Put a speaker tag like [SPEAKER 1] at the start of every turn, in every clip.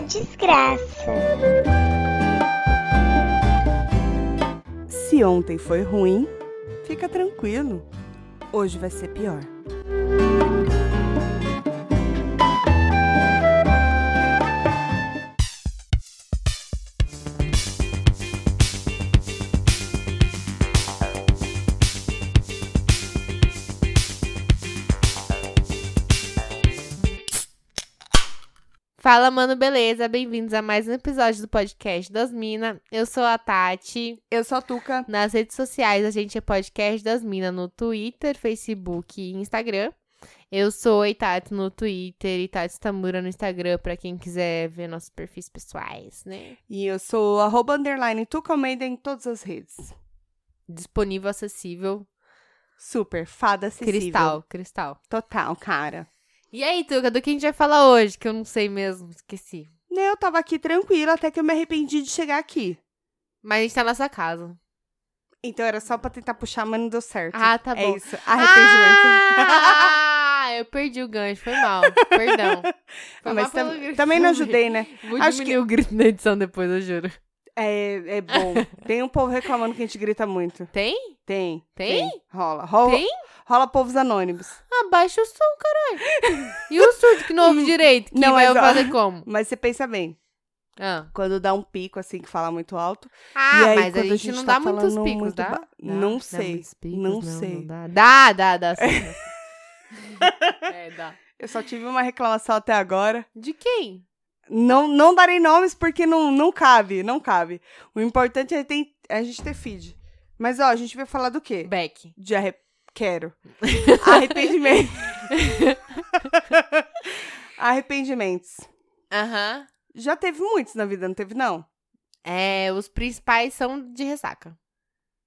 [SPEAKER 1] desgraça.
[SPEAKER 2] Se ontem foi ruim, fica tranquilo. Hoje vai ser pior.
[SPEAKER 3] Fala, mano, beleza? Bem-vindos a mais um episódio do podcast das Minas. Eu sou a Tati.
[SPEAKER 2] Eu sou a Tuca.
[SPEAKER 3] Nas redes sociais, a gente é podcast das Minas no Twitter, Facebook e Instagram. Eu sou a Tati no Twitter e Tati Tamura no Instagram, pra quem quiser ver nossos perfis pessoais, né?
[SPEAKER 2] E eu sou arroba underline Tuca Almeida em todas as redes.
[SPEAKER 3] Disponível, acessível,
[SPEAKER 2] Super, fada acessível.
[SPEAKER 3] cristal, cristal.
[SPEAKER 2] Total, cara.
[SPEAKER 3] E aí, Tuca, do que a gente vai falar hoje? Que eu não sei mesmo, esqueci.
[SPEAKER 2] Né, Eu tava aqui tranquila até que eu me arrependi de chegar aqui.
[SPEAKER 3] Mas a gente tá na sua casa.
[SPEAKER 2] Então era só pra tentar puxar, mas não deu certo.
[SPEAKER 3] Ah, tá bom.
[SPEAKER 2] É isso, arrependimento.
[SPEAKER 3] Ah, eu perdi o gancho, foi mal. Perdão. Foi
[SPEAKER 2] mas
[SPEAKER 3] mal pelo
[SPEAKER 2] tam-
[SPEAKER 3] grito.
[SPEAKER 2] também não ajudei, né?
[SPEAKER 3] Vou
[SPEAKER 2] Acho
[SPEAKER 3] diminuir o grito na edição depois, eu juro.
[SPEAKER 2] É, é bom. Tem um povo reclamando que a gente grita muito.
[SPEAKER 3] Tem?
[SPEAKER 2] Tem.
[SPEAKER 3] Tem?
[SPEAKER 2] Rola. Rola,
[SPEAKER 3] Tem?
[SPEAKER 2] rola povos anônimos.
[SPEAKER 3] Abaixa o som, caralho. E o surdo que não ouve direito? Que
[SPEAKER 2] Hum, Não,
[SPEAKER 3] vai
[SPEAKER 2] mas ó-
[SPEAKER 3] fazer como?
[SPEAKER 2] Mas você pensa bem.
[SPEAKER 3] Ah,
[SPEAKER 2] Quando dá um pico, assim, que fala muito alto.
[SPEAKER 3] Ah,
[SPEAKER 2] e aí,
[SPEAKER 3] mas a
[SPEAKER 2] quando
[SPEAKER 3] gente, não dá
[SPEAKER 2] tá
[SPEAKER 3] muitos
[SPEAKER 2] falando
[SPEAKER 3] picos,
[SPEAKER 2] muito
[SPEAKER 3] dá?
[SPEAKER 2] ba-
[SPEAKER 3] Dá?
[SPEAKER 2] Não
[SPEAKER 3] Dá
[SPEAKER 2] sei,
[SPEAKER 3] muitos picos?
[SPEAKER 2] não sei.
[SPEAKER 3] dá. Dá, dá, dá. sim, dá, sim. é, dá.
[SPEAKER 2] Eu só tive uma reclamação até agora.
[SPEAKER 3] De quem?
[SPEAKER 2] Não, não darei nomes porque não, não cabe, não cabe. O importante é, tem- é a gente ter feed. Mas, ó, a gente vai falar do quê?
[SPEAKER 3] Beck.
[SPEAKER 2] De arre... Quero. Arrependimento. Arrependimentos.
[SPEAKER 3] Aham.
[SPEAKER 2] Já teve muitos na vida, não teve, não?
[SPEAKER 3] É, os principais são de ressaca.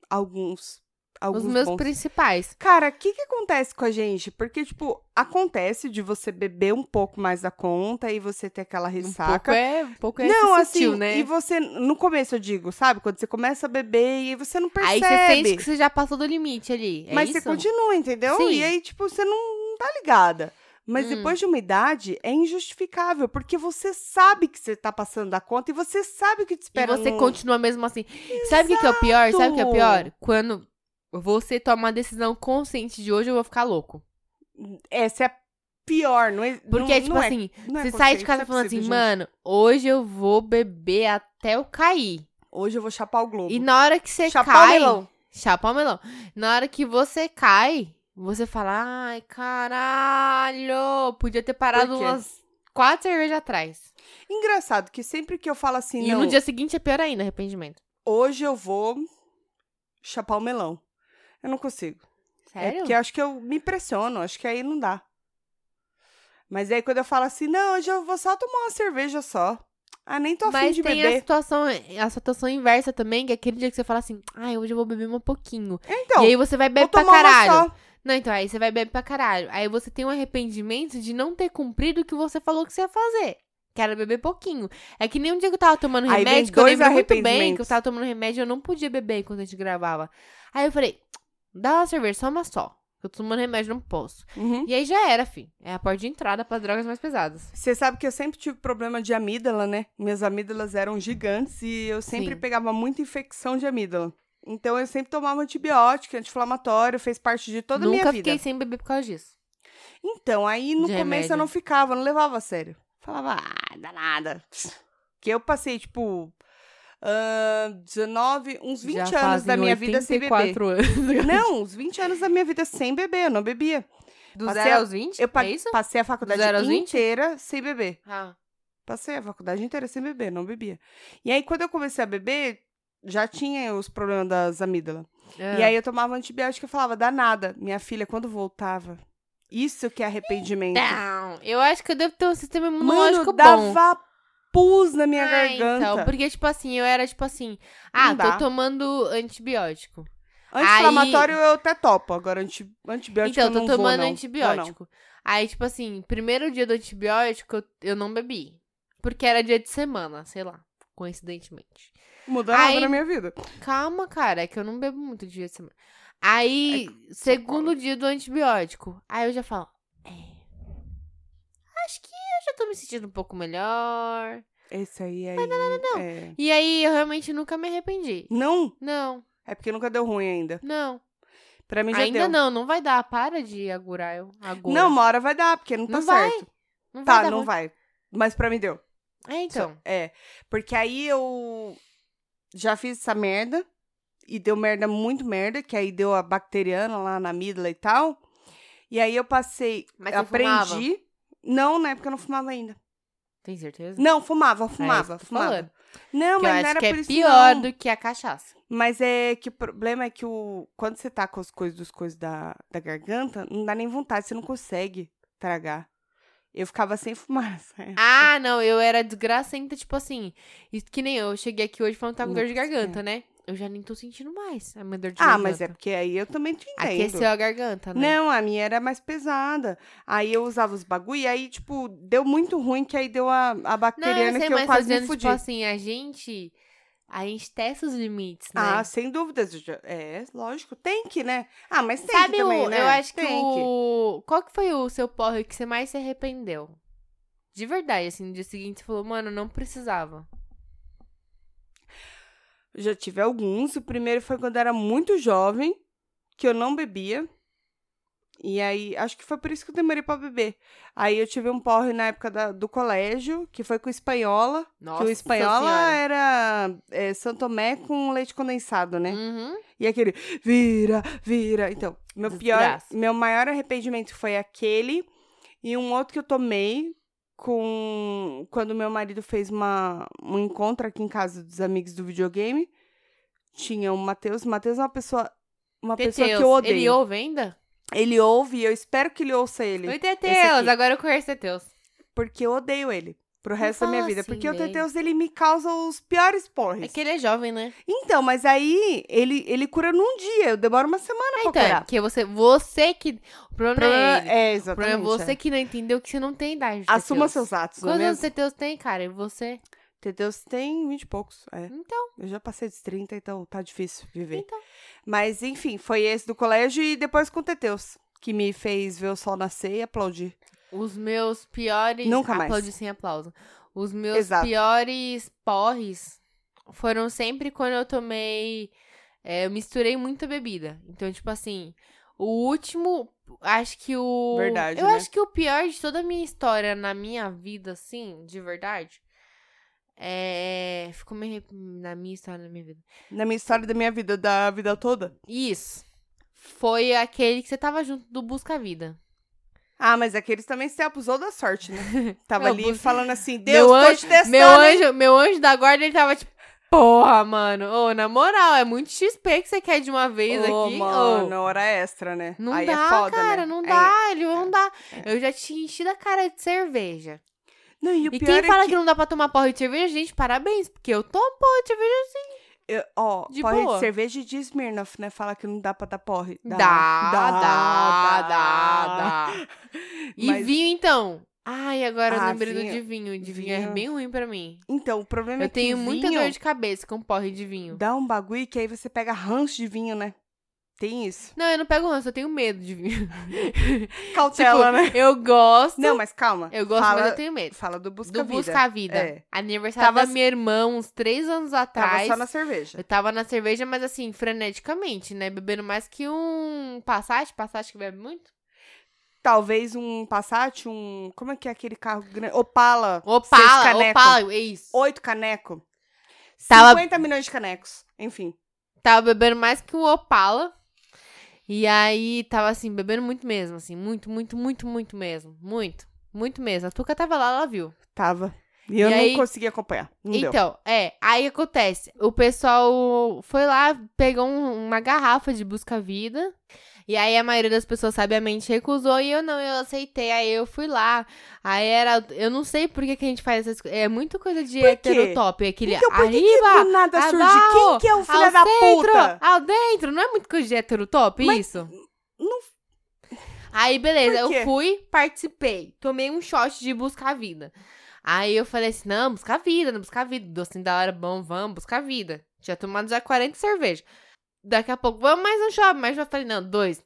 [SPEAKER 2] Alguns. Alguns
[SPEAKER 3] os meus
[SPEAKER 2] bons.
[SPEAKER 3] principais.
[SPEAKER 2] Cara, o que que acontece com a gente? Porque, tipo, acontece de você beber um pouco mais da conta e você ter aquela
[SPEAKER 3] Um pouco
[SPEAKER 2] ressaca.
[SPEAKER 3] é, um pouco é
[SPEAKER 2] não,
[SPEAKER 3] esse sutil,
[SPEAKER 2] assim,
[SPEAKER 3] né?
[SPEAKER 2] e você, no começo eu digo, sabe? Quando você começa a beber e aí você não
[SPEAKER 3] Aí
[SPEAKER 2] percebe.
[SPEAKER 3] você sente que você já passou do limite ali. É
[SPEAKER 2] mas
[SPEAKER 3] isso?
[SPEAKER 2] você continua, entendeu?
[SPEAKER 3] Sim.
[SPEAKER 2] E aí, tipo, você não, não tá ligada. Mas
[SPEAKER 3] Hum.
[SPEAKER 2] depois de uma idade, é injustificável, porque você sabe que você tá passando da conta e você sabe o que te
[SPEAKER 3] E
[SPEAKER 2] espera.
[SPEAKER 3] você
[SPEAKER 2] no-
[SPEAKER 3] continua mesmo assim. Sabe o que, que é o pior? Sabe o que é o
[SPEAKER 2] Exato!
[SPEAKER 3] pior? Quando você toma a decisão consciente de hoje, eu vou ficar louco.
[SPEAKER 2] Essa é a pior, não é?
[SPEAKER 3] Porque,
[SPEAKER 2] não,
[SPEAKER 3] é tipo
[SPEAKER 2] não
[SPEAKER 3] assim,
[SPEAKER 2] não é
[SPEAKER 3] você sai
[SPEAKER 2] consciente,
[SPEAKER 3] de
[SPEAKER 2] isso
[SPEAKER 3] casa
[SPEAKER 2] é
[SPEAKER 3] falando
[SPEAKER 2] possível,
[SPEAKER 3] assim,
[SPEAKER 2] gente.
[SPEAKER 3] mano, hoje eu vou beber até eu cair.
[SPEAKER 2] Hoje eu vou chapar o globo.
[SPEAKER 3] E na hora que você
[SPEAKER 2] Chapar o
[SPEAKER 3] cai.
[SPEAKER 2] melão.
[SPEAKER 3] Chapar o melão. Na hora que você cai, você fala, ai, caralho, podia ter parado
[SPEAKER 2] Por quê?
[SPEAKER 3] umas quatro cervejas atrás.
[SPEAKER 2] Engraçado que sempre que eu falo assim,
[SPEAKER 3] E
[SPEAKER 2] não,
[SPEAKER 3] no dia seguinte é pior ainda, arrependimento.
[SPEAKER 2] hoje eu vou chapar o melão. Eu não consigo. É
[SPEAKER 3] Sério?
[SPEAKER 2] porque eu acho que eu me impressiono, acho que aí não dá. Mas aí quando eu falo assim, não, hoje eu vou só tomar uma cerveja só. Ah, nem tô afim
[SPEAKER 3] Mas
[SPEAKER 2] de
[SPEAKER 3] tem a
[SPEAKER 2] beber.
[SPEAKER 3] situação, a situação inversa também, que é aquele dia que você fala assim, ai, hoje eu vou beber um pouquinho.
[SPEAKER 2] Então,
[SPEAKER 3] e aí você vai
[SPEAKER 2] vou
[SPEAKER 3] beber pra
[SPEAKER 2] tomar
[SPEAKER 3] caralho.
[SPEAKER 2] uma só.
[SPEAKER 3] Não, então, aí você vai beber pra caralho. Aí você tem um arrependimento de não ter cumprido o que você falou que você ia fazer. Que era beber pouquinho. É que nem um dia que eu tava tomando
[SPEAKER 2] Aí vem
[SPEAKER 3] remédio, que eu
[SPEAKER 2] dois
[SPEAKER 3] lembro muito bem que eu
[SPEAKER 2] arrependimentos.
[SPEAKER 3] tava tomando remédio, eu não podia beber enquanto a gente gravava. Aí eu falei, dá uma cerveja, só uma só. Eu tô tomando remédio, não posso.
[SPEAKER 2] Uhum.
[SPEAKER 3] E aí já era, fi. É a porta de entrada pras drogas mais pesadas.
[SPEAKER 2] Você sabe que eu sempre tive problema de amígdala, né? Minhas amígdalas eram gigantes e eu sempre
[SPEAKER 3] Sim.
[SPEAKER 2] pegava muita infecção de amígdala. Então eu sempre tomava antibiótico, anti-inflamatório, fez parte de toda a minha
[SPEAKER 3] Nunca
[SPEAKER 2] vida.
[SPEAKER 3] fiquei sem beber por causa disso.
[SPEAKER 2] Então, aí no
[SPEAKER 3] De
[SPEAKER 2] começo
[SPEAKER 3] remédio.
[SPEAKER 2] eu não ficava, eu não levava a sério. Falava, ah, danada. Que eu passei, tipo, ah, 19, uns 20
[SPEAKER 3] Já
[SPEAKER 2] anos da
[SPEAKER 3] fazem
[SPEAKER 2] minha vida sem beber.
[SPEAKER 3] 84 anos.
[SPEAKER 2] Não, uns 20 anos da minha vida sem beber, eu não bebia.
[SPEAKER 3] Do
[SPEAKER 2] Passei
[SPEAKER 3] 0
[SPEAKER 2] a-
[SPEAKER 3] aos 20?
[SPEAKER 2] Eu pa-
[SPEAKER 3] É isso?
[SPEAKER 2] passei a faculdade
[SPEAKER 3] zero aos 20?
[SPEAKER 2] inteira sem beber.
[SPEAKER 3] Ah,
[SPEAKER 2] Passei a faculdade inteira sem beber, não bebia. E aí, quando eu comecei a beber, já tinha os problemas das amígdalas.
[SPEAKER 3] É.
[SPEAKER 2] E aí eu tomava antibiótico e falava, danada. Minha filha, quando voltava, isso que é arrependimento.
[SPEAKER 3] Não, eu acho que eu devo ter um sistema imunológico
[SPEAKER 2] Mano, dava
[SPEAKER 3] bom.
[SPEAKER 2] pus na minha
[SPEAKER 3] Ah,
[SPEAKER 2] garganta.
[SPEAKER 3] Então, porque, tipo assim, eu era tipo assim, ah,
[SPEAKER 2] Não dá.
[SPEAKER 3] tô tomando antibiótico.
[SPEAKER 2] Anti-inflamatório eu até topo. Agora, anti... antibiótico
[SPEAKER 3] então,
[SPEAKER 2] eu
[SPEAKER 3] tô
[SPEAKER 2] não vou,
[SPEAKER 3] tomando
[SPEAKER 2] não. Não, não.
[SPEAKER 3] antibiótico. Aí, tipo assim, primeiro dia do antibiótico, eu, eu não bebi. Porque era dia de semana, sei lá, coincidentemente.
[SPEAKER 2] Muda
[SPEAKER 3] Aí-
[SPEAKER 2] nada na minha vida.
[SPEAKER 3] Calma, cara, é que eu não bebo muito dia de semana.
[SPEAKER 2] É
[SPEAKER 3] Aí, segundo dia do antibiótico, aí eu já falo, é, acho que eu já tô me sentindo um pouco melhor.
[SPEAKER 2] Esse aí aí. Não, não, não, É...
[SPEAKER 3] E aí eu realmente nunca me arrependi.
[SPEAKER 2] Não?
[SPEAKER 3] Não,
[SPEAKER 2] É porque nunca deu ruim ainda.
[SPEAKER 3] não.
[SPEAKER 2] Pra mim já
[SPEAKER 3] Ainda
[SPEAKER 2] deu.
[SPEAKER 3] não, não vai dar. Para de agurar eu. Agora.
[SPEAKER 2] Não, uma hora vai dar, porque não tá
[SPEAKER 3] Não vai,
[SPEAKER 2] certo.
[SPEAKER 3] não vai
[SPEAKER 2] tá,
[SPEAKER 3] dar
[SPEAKER 2] não
[SPEAKER 3] ruim.
[SPEAKER 2] vai. Mas pra mim deu.
[SPEAKER 3] É, então.
[SPEAKER 2] É. Porque aí eu já fiz essa merda. E deu merda, muito merda. Que aí deu a bacteriana lá na amígdola e tal. E aí eu passei.
[SPEAKER 3] Mas você
[SPEAKER 2] aprendi.
[SPEAKER 3] fumava?
[SPEAKER 2] Não, na época eu não fumava ainda.
[SPEAKER 3] Tem certeza?
[SPEAKER 2] Não, fumava,
[SPEAKER 3] É
[SPEAKER 2] fumava,
[SPEAKER 3] isso que eu tô
[SPEAKER 2] fumava.
[SPEAKER 3] falando.
[SPEAKER 2] Não,
[SPEAKER 3] Que eu
[SPEAKER 2] mas
[SPEAKER 3] acho
[SPEAKER 2] não era
[SPEAKER 3] que é
[SPEAKER 2] por isso
[SPEAKER 3] pior
[SPEAKER 2] não.
[SPEAKER 3] do que a cachaça.
[SPEAKER 2] Mas é que o problema é que o... quando você tá com as coisas dos coisas da, da garganta, não dá nem vontade, você não consegue tragar. Eu ficava sem fumar. sabe?
[SPEAKER 3] Ah, não, eu era desgracenta, tipo assim. Isso que nem eu. eu cheguei aqui hoje falando que tava com dor de
[SPEAKER 2] Nossa,
[SPEAKER 3] garganta, né? Eu já nem tô sentindo mais a minha dor de
[SPEAKER 2] é. Ah,
[SPEAKER 3] garganta.
[SPEAKER 2] mas é porque aí eu também te entendo.
[SPEAKER 3] Aqueceu a garganta, é né?
[SPEAKER 2] Não, a minha era mais pesada. Aí eu usava os bagulho e aí, tipo, deu muito ruim que aí deu a, a bacteriana
[SPEAKER 3] sei,
[SPEAKER 2] que eu
[SPEAKER 3] mas
[SPEAKER 2] quase me
[SPEAKER 3] fazendo,
[SPEAKER 2] fudi.
[SPEAKER 3] tipo assim, a gente. A gente testa os limites, né?
[SPEAKER 2] Ah, sem dúvidas. já- É, lógico. Tem que, né? Ah, mas tem
[SPEAKER 3] Sabe,
[SPEAKER 2] que também,
[SPEAKER 3] o,
[SPEAKER 2] né?
[SPEAKER 3] eu acho que
[SPEAKER 2] tem
[SPEAKER 3] o. Qual que foi o seu porre que você mais se arrependeu? De verdade, assim, no dia seguinte você falou, mano, não precisava.
[SPEAKER 2] Já tive alguns. O primeiro foi quando eu era muito jovem, que eu não bebia. E aí, acho que foi por isso que eu demorei pra beber. Aí eu tive um porre na época da- do colégio, que foi com espanhola.
[SPEAKER 3] Nossa.
[SPEAKER 2] que o espanhola
[SPEAKER 3] Senhora.
[SPEAKER 2] era é, São Tomé com leite condensado, né?
[SPEAKER 3] Uhum.
[SPEAKER 2] E aquele vira, vira. Então, meu pior,
[SPEAKER 3] Desgraça.
[SPEAKER 2] meu maior arrependimento foi aquele e um outro que eu tomei com quando meu marido fez uma um encontro aqui em casa dos amigos do videogame. Tinha o Matheus, Matheus é uma pessoa uma pessoa que eu
[SPEAKER 3] Teteus,
[SPEAKER 2] odeio.
[SPEAKER 3] Ele ouve ainda?
[SPEAKER 2] Ele ouve e eu espero que ele ouça ele,
[SPEAKER 3] Oi,
[SPEAKER 2] Esse
[SPEAKER 3] Teteus,
[SPEAKER 2] aqui.
[SPEAKER 3] agora eu conheço Teteus.
[SPEAKER 2] porque eu odeio ele pro resto da minha
[SPEAKER 3] fala
[SPEAKER 2] vida,
[SPEAKER 3] assim
[SPEAKER 2] porque o
[SPEAKER 3] dele.
[SPEAKER 2] Teteus ele me causa os piores
[SPEAKER 3] É
[SPEAKER 2] porres.
[SPEAKER 3] que ele é jovem, né?
[SPEAKER 2] Então, mas aí ele ele cura num dia, eu demoro uma semana
[SPEAKER 3] É,
[SPEAKER 2] pra
[SPEAKER 3] então, é
[SPEAKER 2] curar.
[SPEAKER 3] porque você, você que. O
[SPEAKER 2] O
[SPEAKER 3] problema é
[SPEAKER 2] problema- É,
[SPEAKER 3] ele. O problema é
[SPEAKER 2] exatamente.
[SPEAKER 3] você
[SPEAKER 2] é.
[SPEAKER 3] que não entendeu que você não tem idade. de
[SPEAKER 2] Assuma
[SPEAKER 3] Teteus.
[SPEAKER 2] seus atos, não é
[SPEAKER 3] Quantos
[SPEAKER 2] mesmo?
[SPEAKER 3] anos Teteus tem, cara? E você?
[SPEAKER 2] Teteus tem 20 e poucos, é.
[SPEAKER 3] Então,
[SPEAKER 2] Eu já passei dos 30, então tá difícil viver.
[SPEAKER 3] então.
[SPEAKER 2] Mas, enfim, foi esse do colégio e depois com o Teteus, que me fez ver o sol nascer e aplaudir.
[SPEAKER 3] Os meus piores.
[SPEAKER 2] Nunca mais.
[SPEAKER 3] Aplaude sem aplauso. Os meus
[SPEAKER 2] Exato.
[SPEAKER 3] piores porres foram sempre quando eu tomei. é, eu misturei muita bebida. Então, tipo assim, o último. Acho que o.
[SPEAKER 2] Verdade,
[SPEAKER 3] Eu
[SPEAKER 2] né?
[SPEAKER 3] acho que o pior de toda a minha história na minha vida, assim, de verdade. É. Ficou meio. arrep- Na minha história, na minha vida.
[SPEAKER 2] Na minha história da minha vida, da vida toda.
[SPEAKER 3] Isso. Foi aquele que você tava junto do Busca Vida.
[SPEAKER 2] Ah, mas aqueles também se abusou da sorte, né? Tava
[SPEAKER 3] Meu
[SPEAKER 2] ali
[SPEAKER 3] bus-
[SPEAKER 2] falando assim, Deus,
[SPEAKER 3] meu
[SPEAKER 2] tô
[SPEAKER 3] anjo,
[SPEAKER 2] te testando,
[SPEAKER 3] meu
[SPEAKER 2] hein?"
[SPEAKER 3] anjo, meu anjo da guarda, ele tava tipo, porra, mano. Ô, na moral, é muito XP que você quer de uma vez
[SPEAKER 2] Ô,
[SPEAKER 3] aqui. Ô,
[SPEAKER 2] mano, hora extra, né?
[SPEAKER 3] Não
[SPEAKER 2] Aí
[SPEAKER 3] dá,
[SPEAKER 2] é foda,
[SPEAKER 3] cara,
[SPEAKER 2] né?
[SPEAKER 3] não
[SPEAKER 2] Aí-
[SPEAKER 3] dá, ele não dá. Eu já tinha enchido a cara de cerveja.
[SPEAKER 2] Não, e o
[SPEAKER 3] E,
[SPEAKER 2] pior
[SPEAKER 3] quem
[SPEAKER 2] é
[SPEAKER 3] fala que...
[SPEAKER 2] que...
[SPEAKER 3] não dá pra tomar porra de cerveja, gente, parabéns, porque eu tomo porra de cerveja.
[SPEAKER 2] Eu- ó,
[SPEAKER 3] De
[SPEAKER 2] porre
[SPEAKER 3] boa.
[SPEAKER 2] de cerveja e de Smirnoff, né? Fala que não dá pra dar porre.
[SPEAKER 3] dá. E
[SPEAKER 2] Mas-
[SPEAKER 3] vinho, então? Ai, agora eu
[SPEAKER 2] Ah,
[SPEAKER 3] lembrei do
[SPEAKER 2] vinho-
[SPEAKER 3] de vinho. De vinho, é
[SPEAKER 2] vinho-
[SPEAKER 3] bem ruim pra mim.
[SPEAKER 2] Então, o problema é
[SPEAKER 3] Eu
[SPEAKER 2] que
[SPEAKER 3] tenho muita
[SPEAKER 2] vinho
[SPEAKER 3] dor de cabeça com porre de vinho.
[SPEAKER 2] dá um bagulho que aí você pega ranço de vinho, né? Tem isso.
[SPEAKER 3] Não, eu não pego ranço, eu tenho medo de vinho.
[SPEAKER 2] Cautela, né?
[SPEAKER 3] Eu gosto.
[SPEAKER 2] Não, mas calma.
[SPEAKER 3] eu gosto,
[SPEAKER 2] fala,
[SPEAKER 3] mas eu tenho medo.
[SPEAKER 2] Fala do busca
[SPEAKER 3] do
[SPEAKER 2] vida.
[SPEAKER 3] buscar vida.
[SPEAKER 2] É.
[SPEAKER 3] Aniversário
[SPEAKER 2] Tava-
[SPEAKER 3] da minha irmã, uns três anos
[SPEAKER 2] Tava
[SPEAKER 3] atrás.
[SPEAKER 2] só na cerveja.
[SPEAKER 3] Eu tava na cerveja, mas assim, freneticamente, né? Bebendo mais que um Passat, Passat que bebe muito.
[SPEAKER 2] Talvez um Passat, um... Como é que é aquele carro grande? Opala. Seis
[SPEAKER 3] Opala,
[SPEAKER 2] caneco.
[SPEAKER 3] Opala, é isso.
[SPEAKER 2] Oito caneco.
[SPEAKER 3] Tava-
[SPEAKER 2] 50 milhões de canecos. Enfim.
[SPEAKER 3] Tava bebendo mais que um Opala. E aí, tava assim, bebendo muito mesmo, assim, muito, muito, muito, muito mesmo. Muito, muito mesmo. A Tuca tava lá, ela viu.
[SPEAKER 2] Tava. E,
[SPEAKER 3] E
[SPEAKER 2] eu
[SPEAKER 3] aí-
[SPEAKER 2] não consegui acompanhar. Não deu.
[SPEAKER 3] Então, é, aí acontece, o pessoal foi lá, pegou um- uma garrafa de busca-vida, e aí a maioria das pessoas sabiamente recusou, e eu não, eu aceitei, aí eu fui lá, aí era, eu não sei por que, que a gente faz essas coisas, é muita coisa de
[SPEAKER 2] Por quê?
[SPEAKER 3] heterotop, aquele
[SPEAKER 2] Então, por que, que
[SPEAKER 3] arriba,
[SPEAKER 2] do nada surge?
[SPEAKER 3] abaixo,
[SPEAKER 2] Quem que é o
[SPEAKER 3] ao
[SPEAKER 2] filho da
[SPEAKER 3] centro,
[SPEAKER 2] puta?
[SPEAKER 3] ao dentro, não é muito coisa de heterotop,
[SPEAKER 2] Mas
[SPEAKER 3] isso?
[SPEAKER 2] não-
[SPEAKER 3] Aí, beleza,
[SPEAKER 2] Por
[SPEAKER 3] eu
[SPEAKER 2] quê?
[SPEAKER 3] fui, participei, tomei um shot de busca-vida. Aí eu falei assim: não, buscar vida, não buscar vida. Docinho da hora, bom, vamos, buscar vida. Tinha tomado já 40 cervejas. Daqui a pouco, vamos mais um shopping. Mas eu falei: não, dois.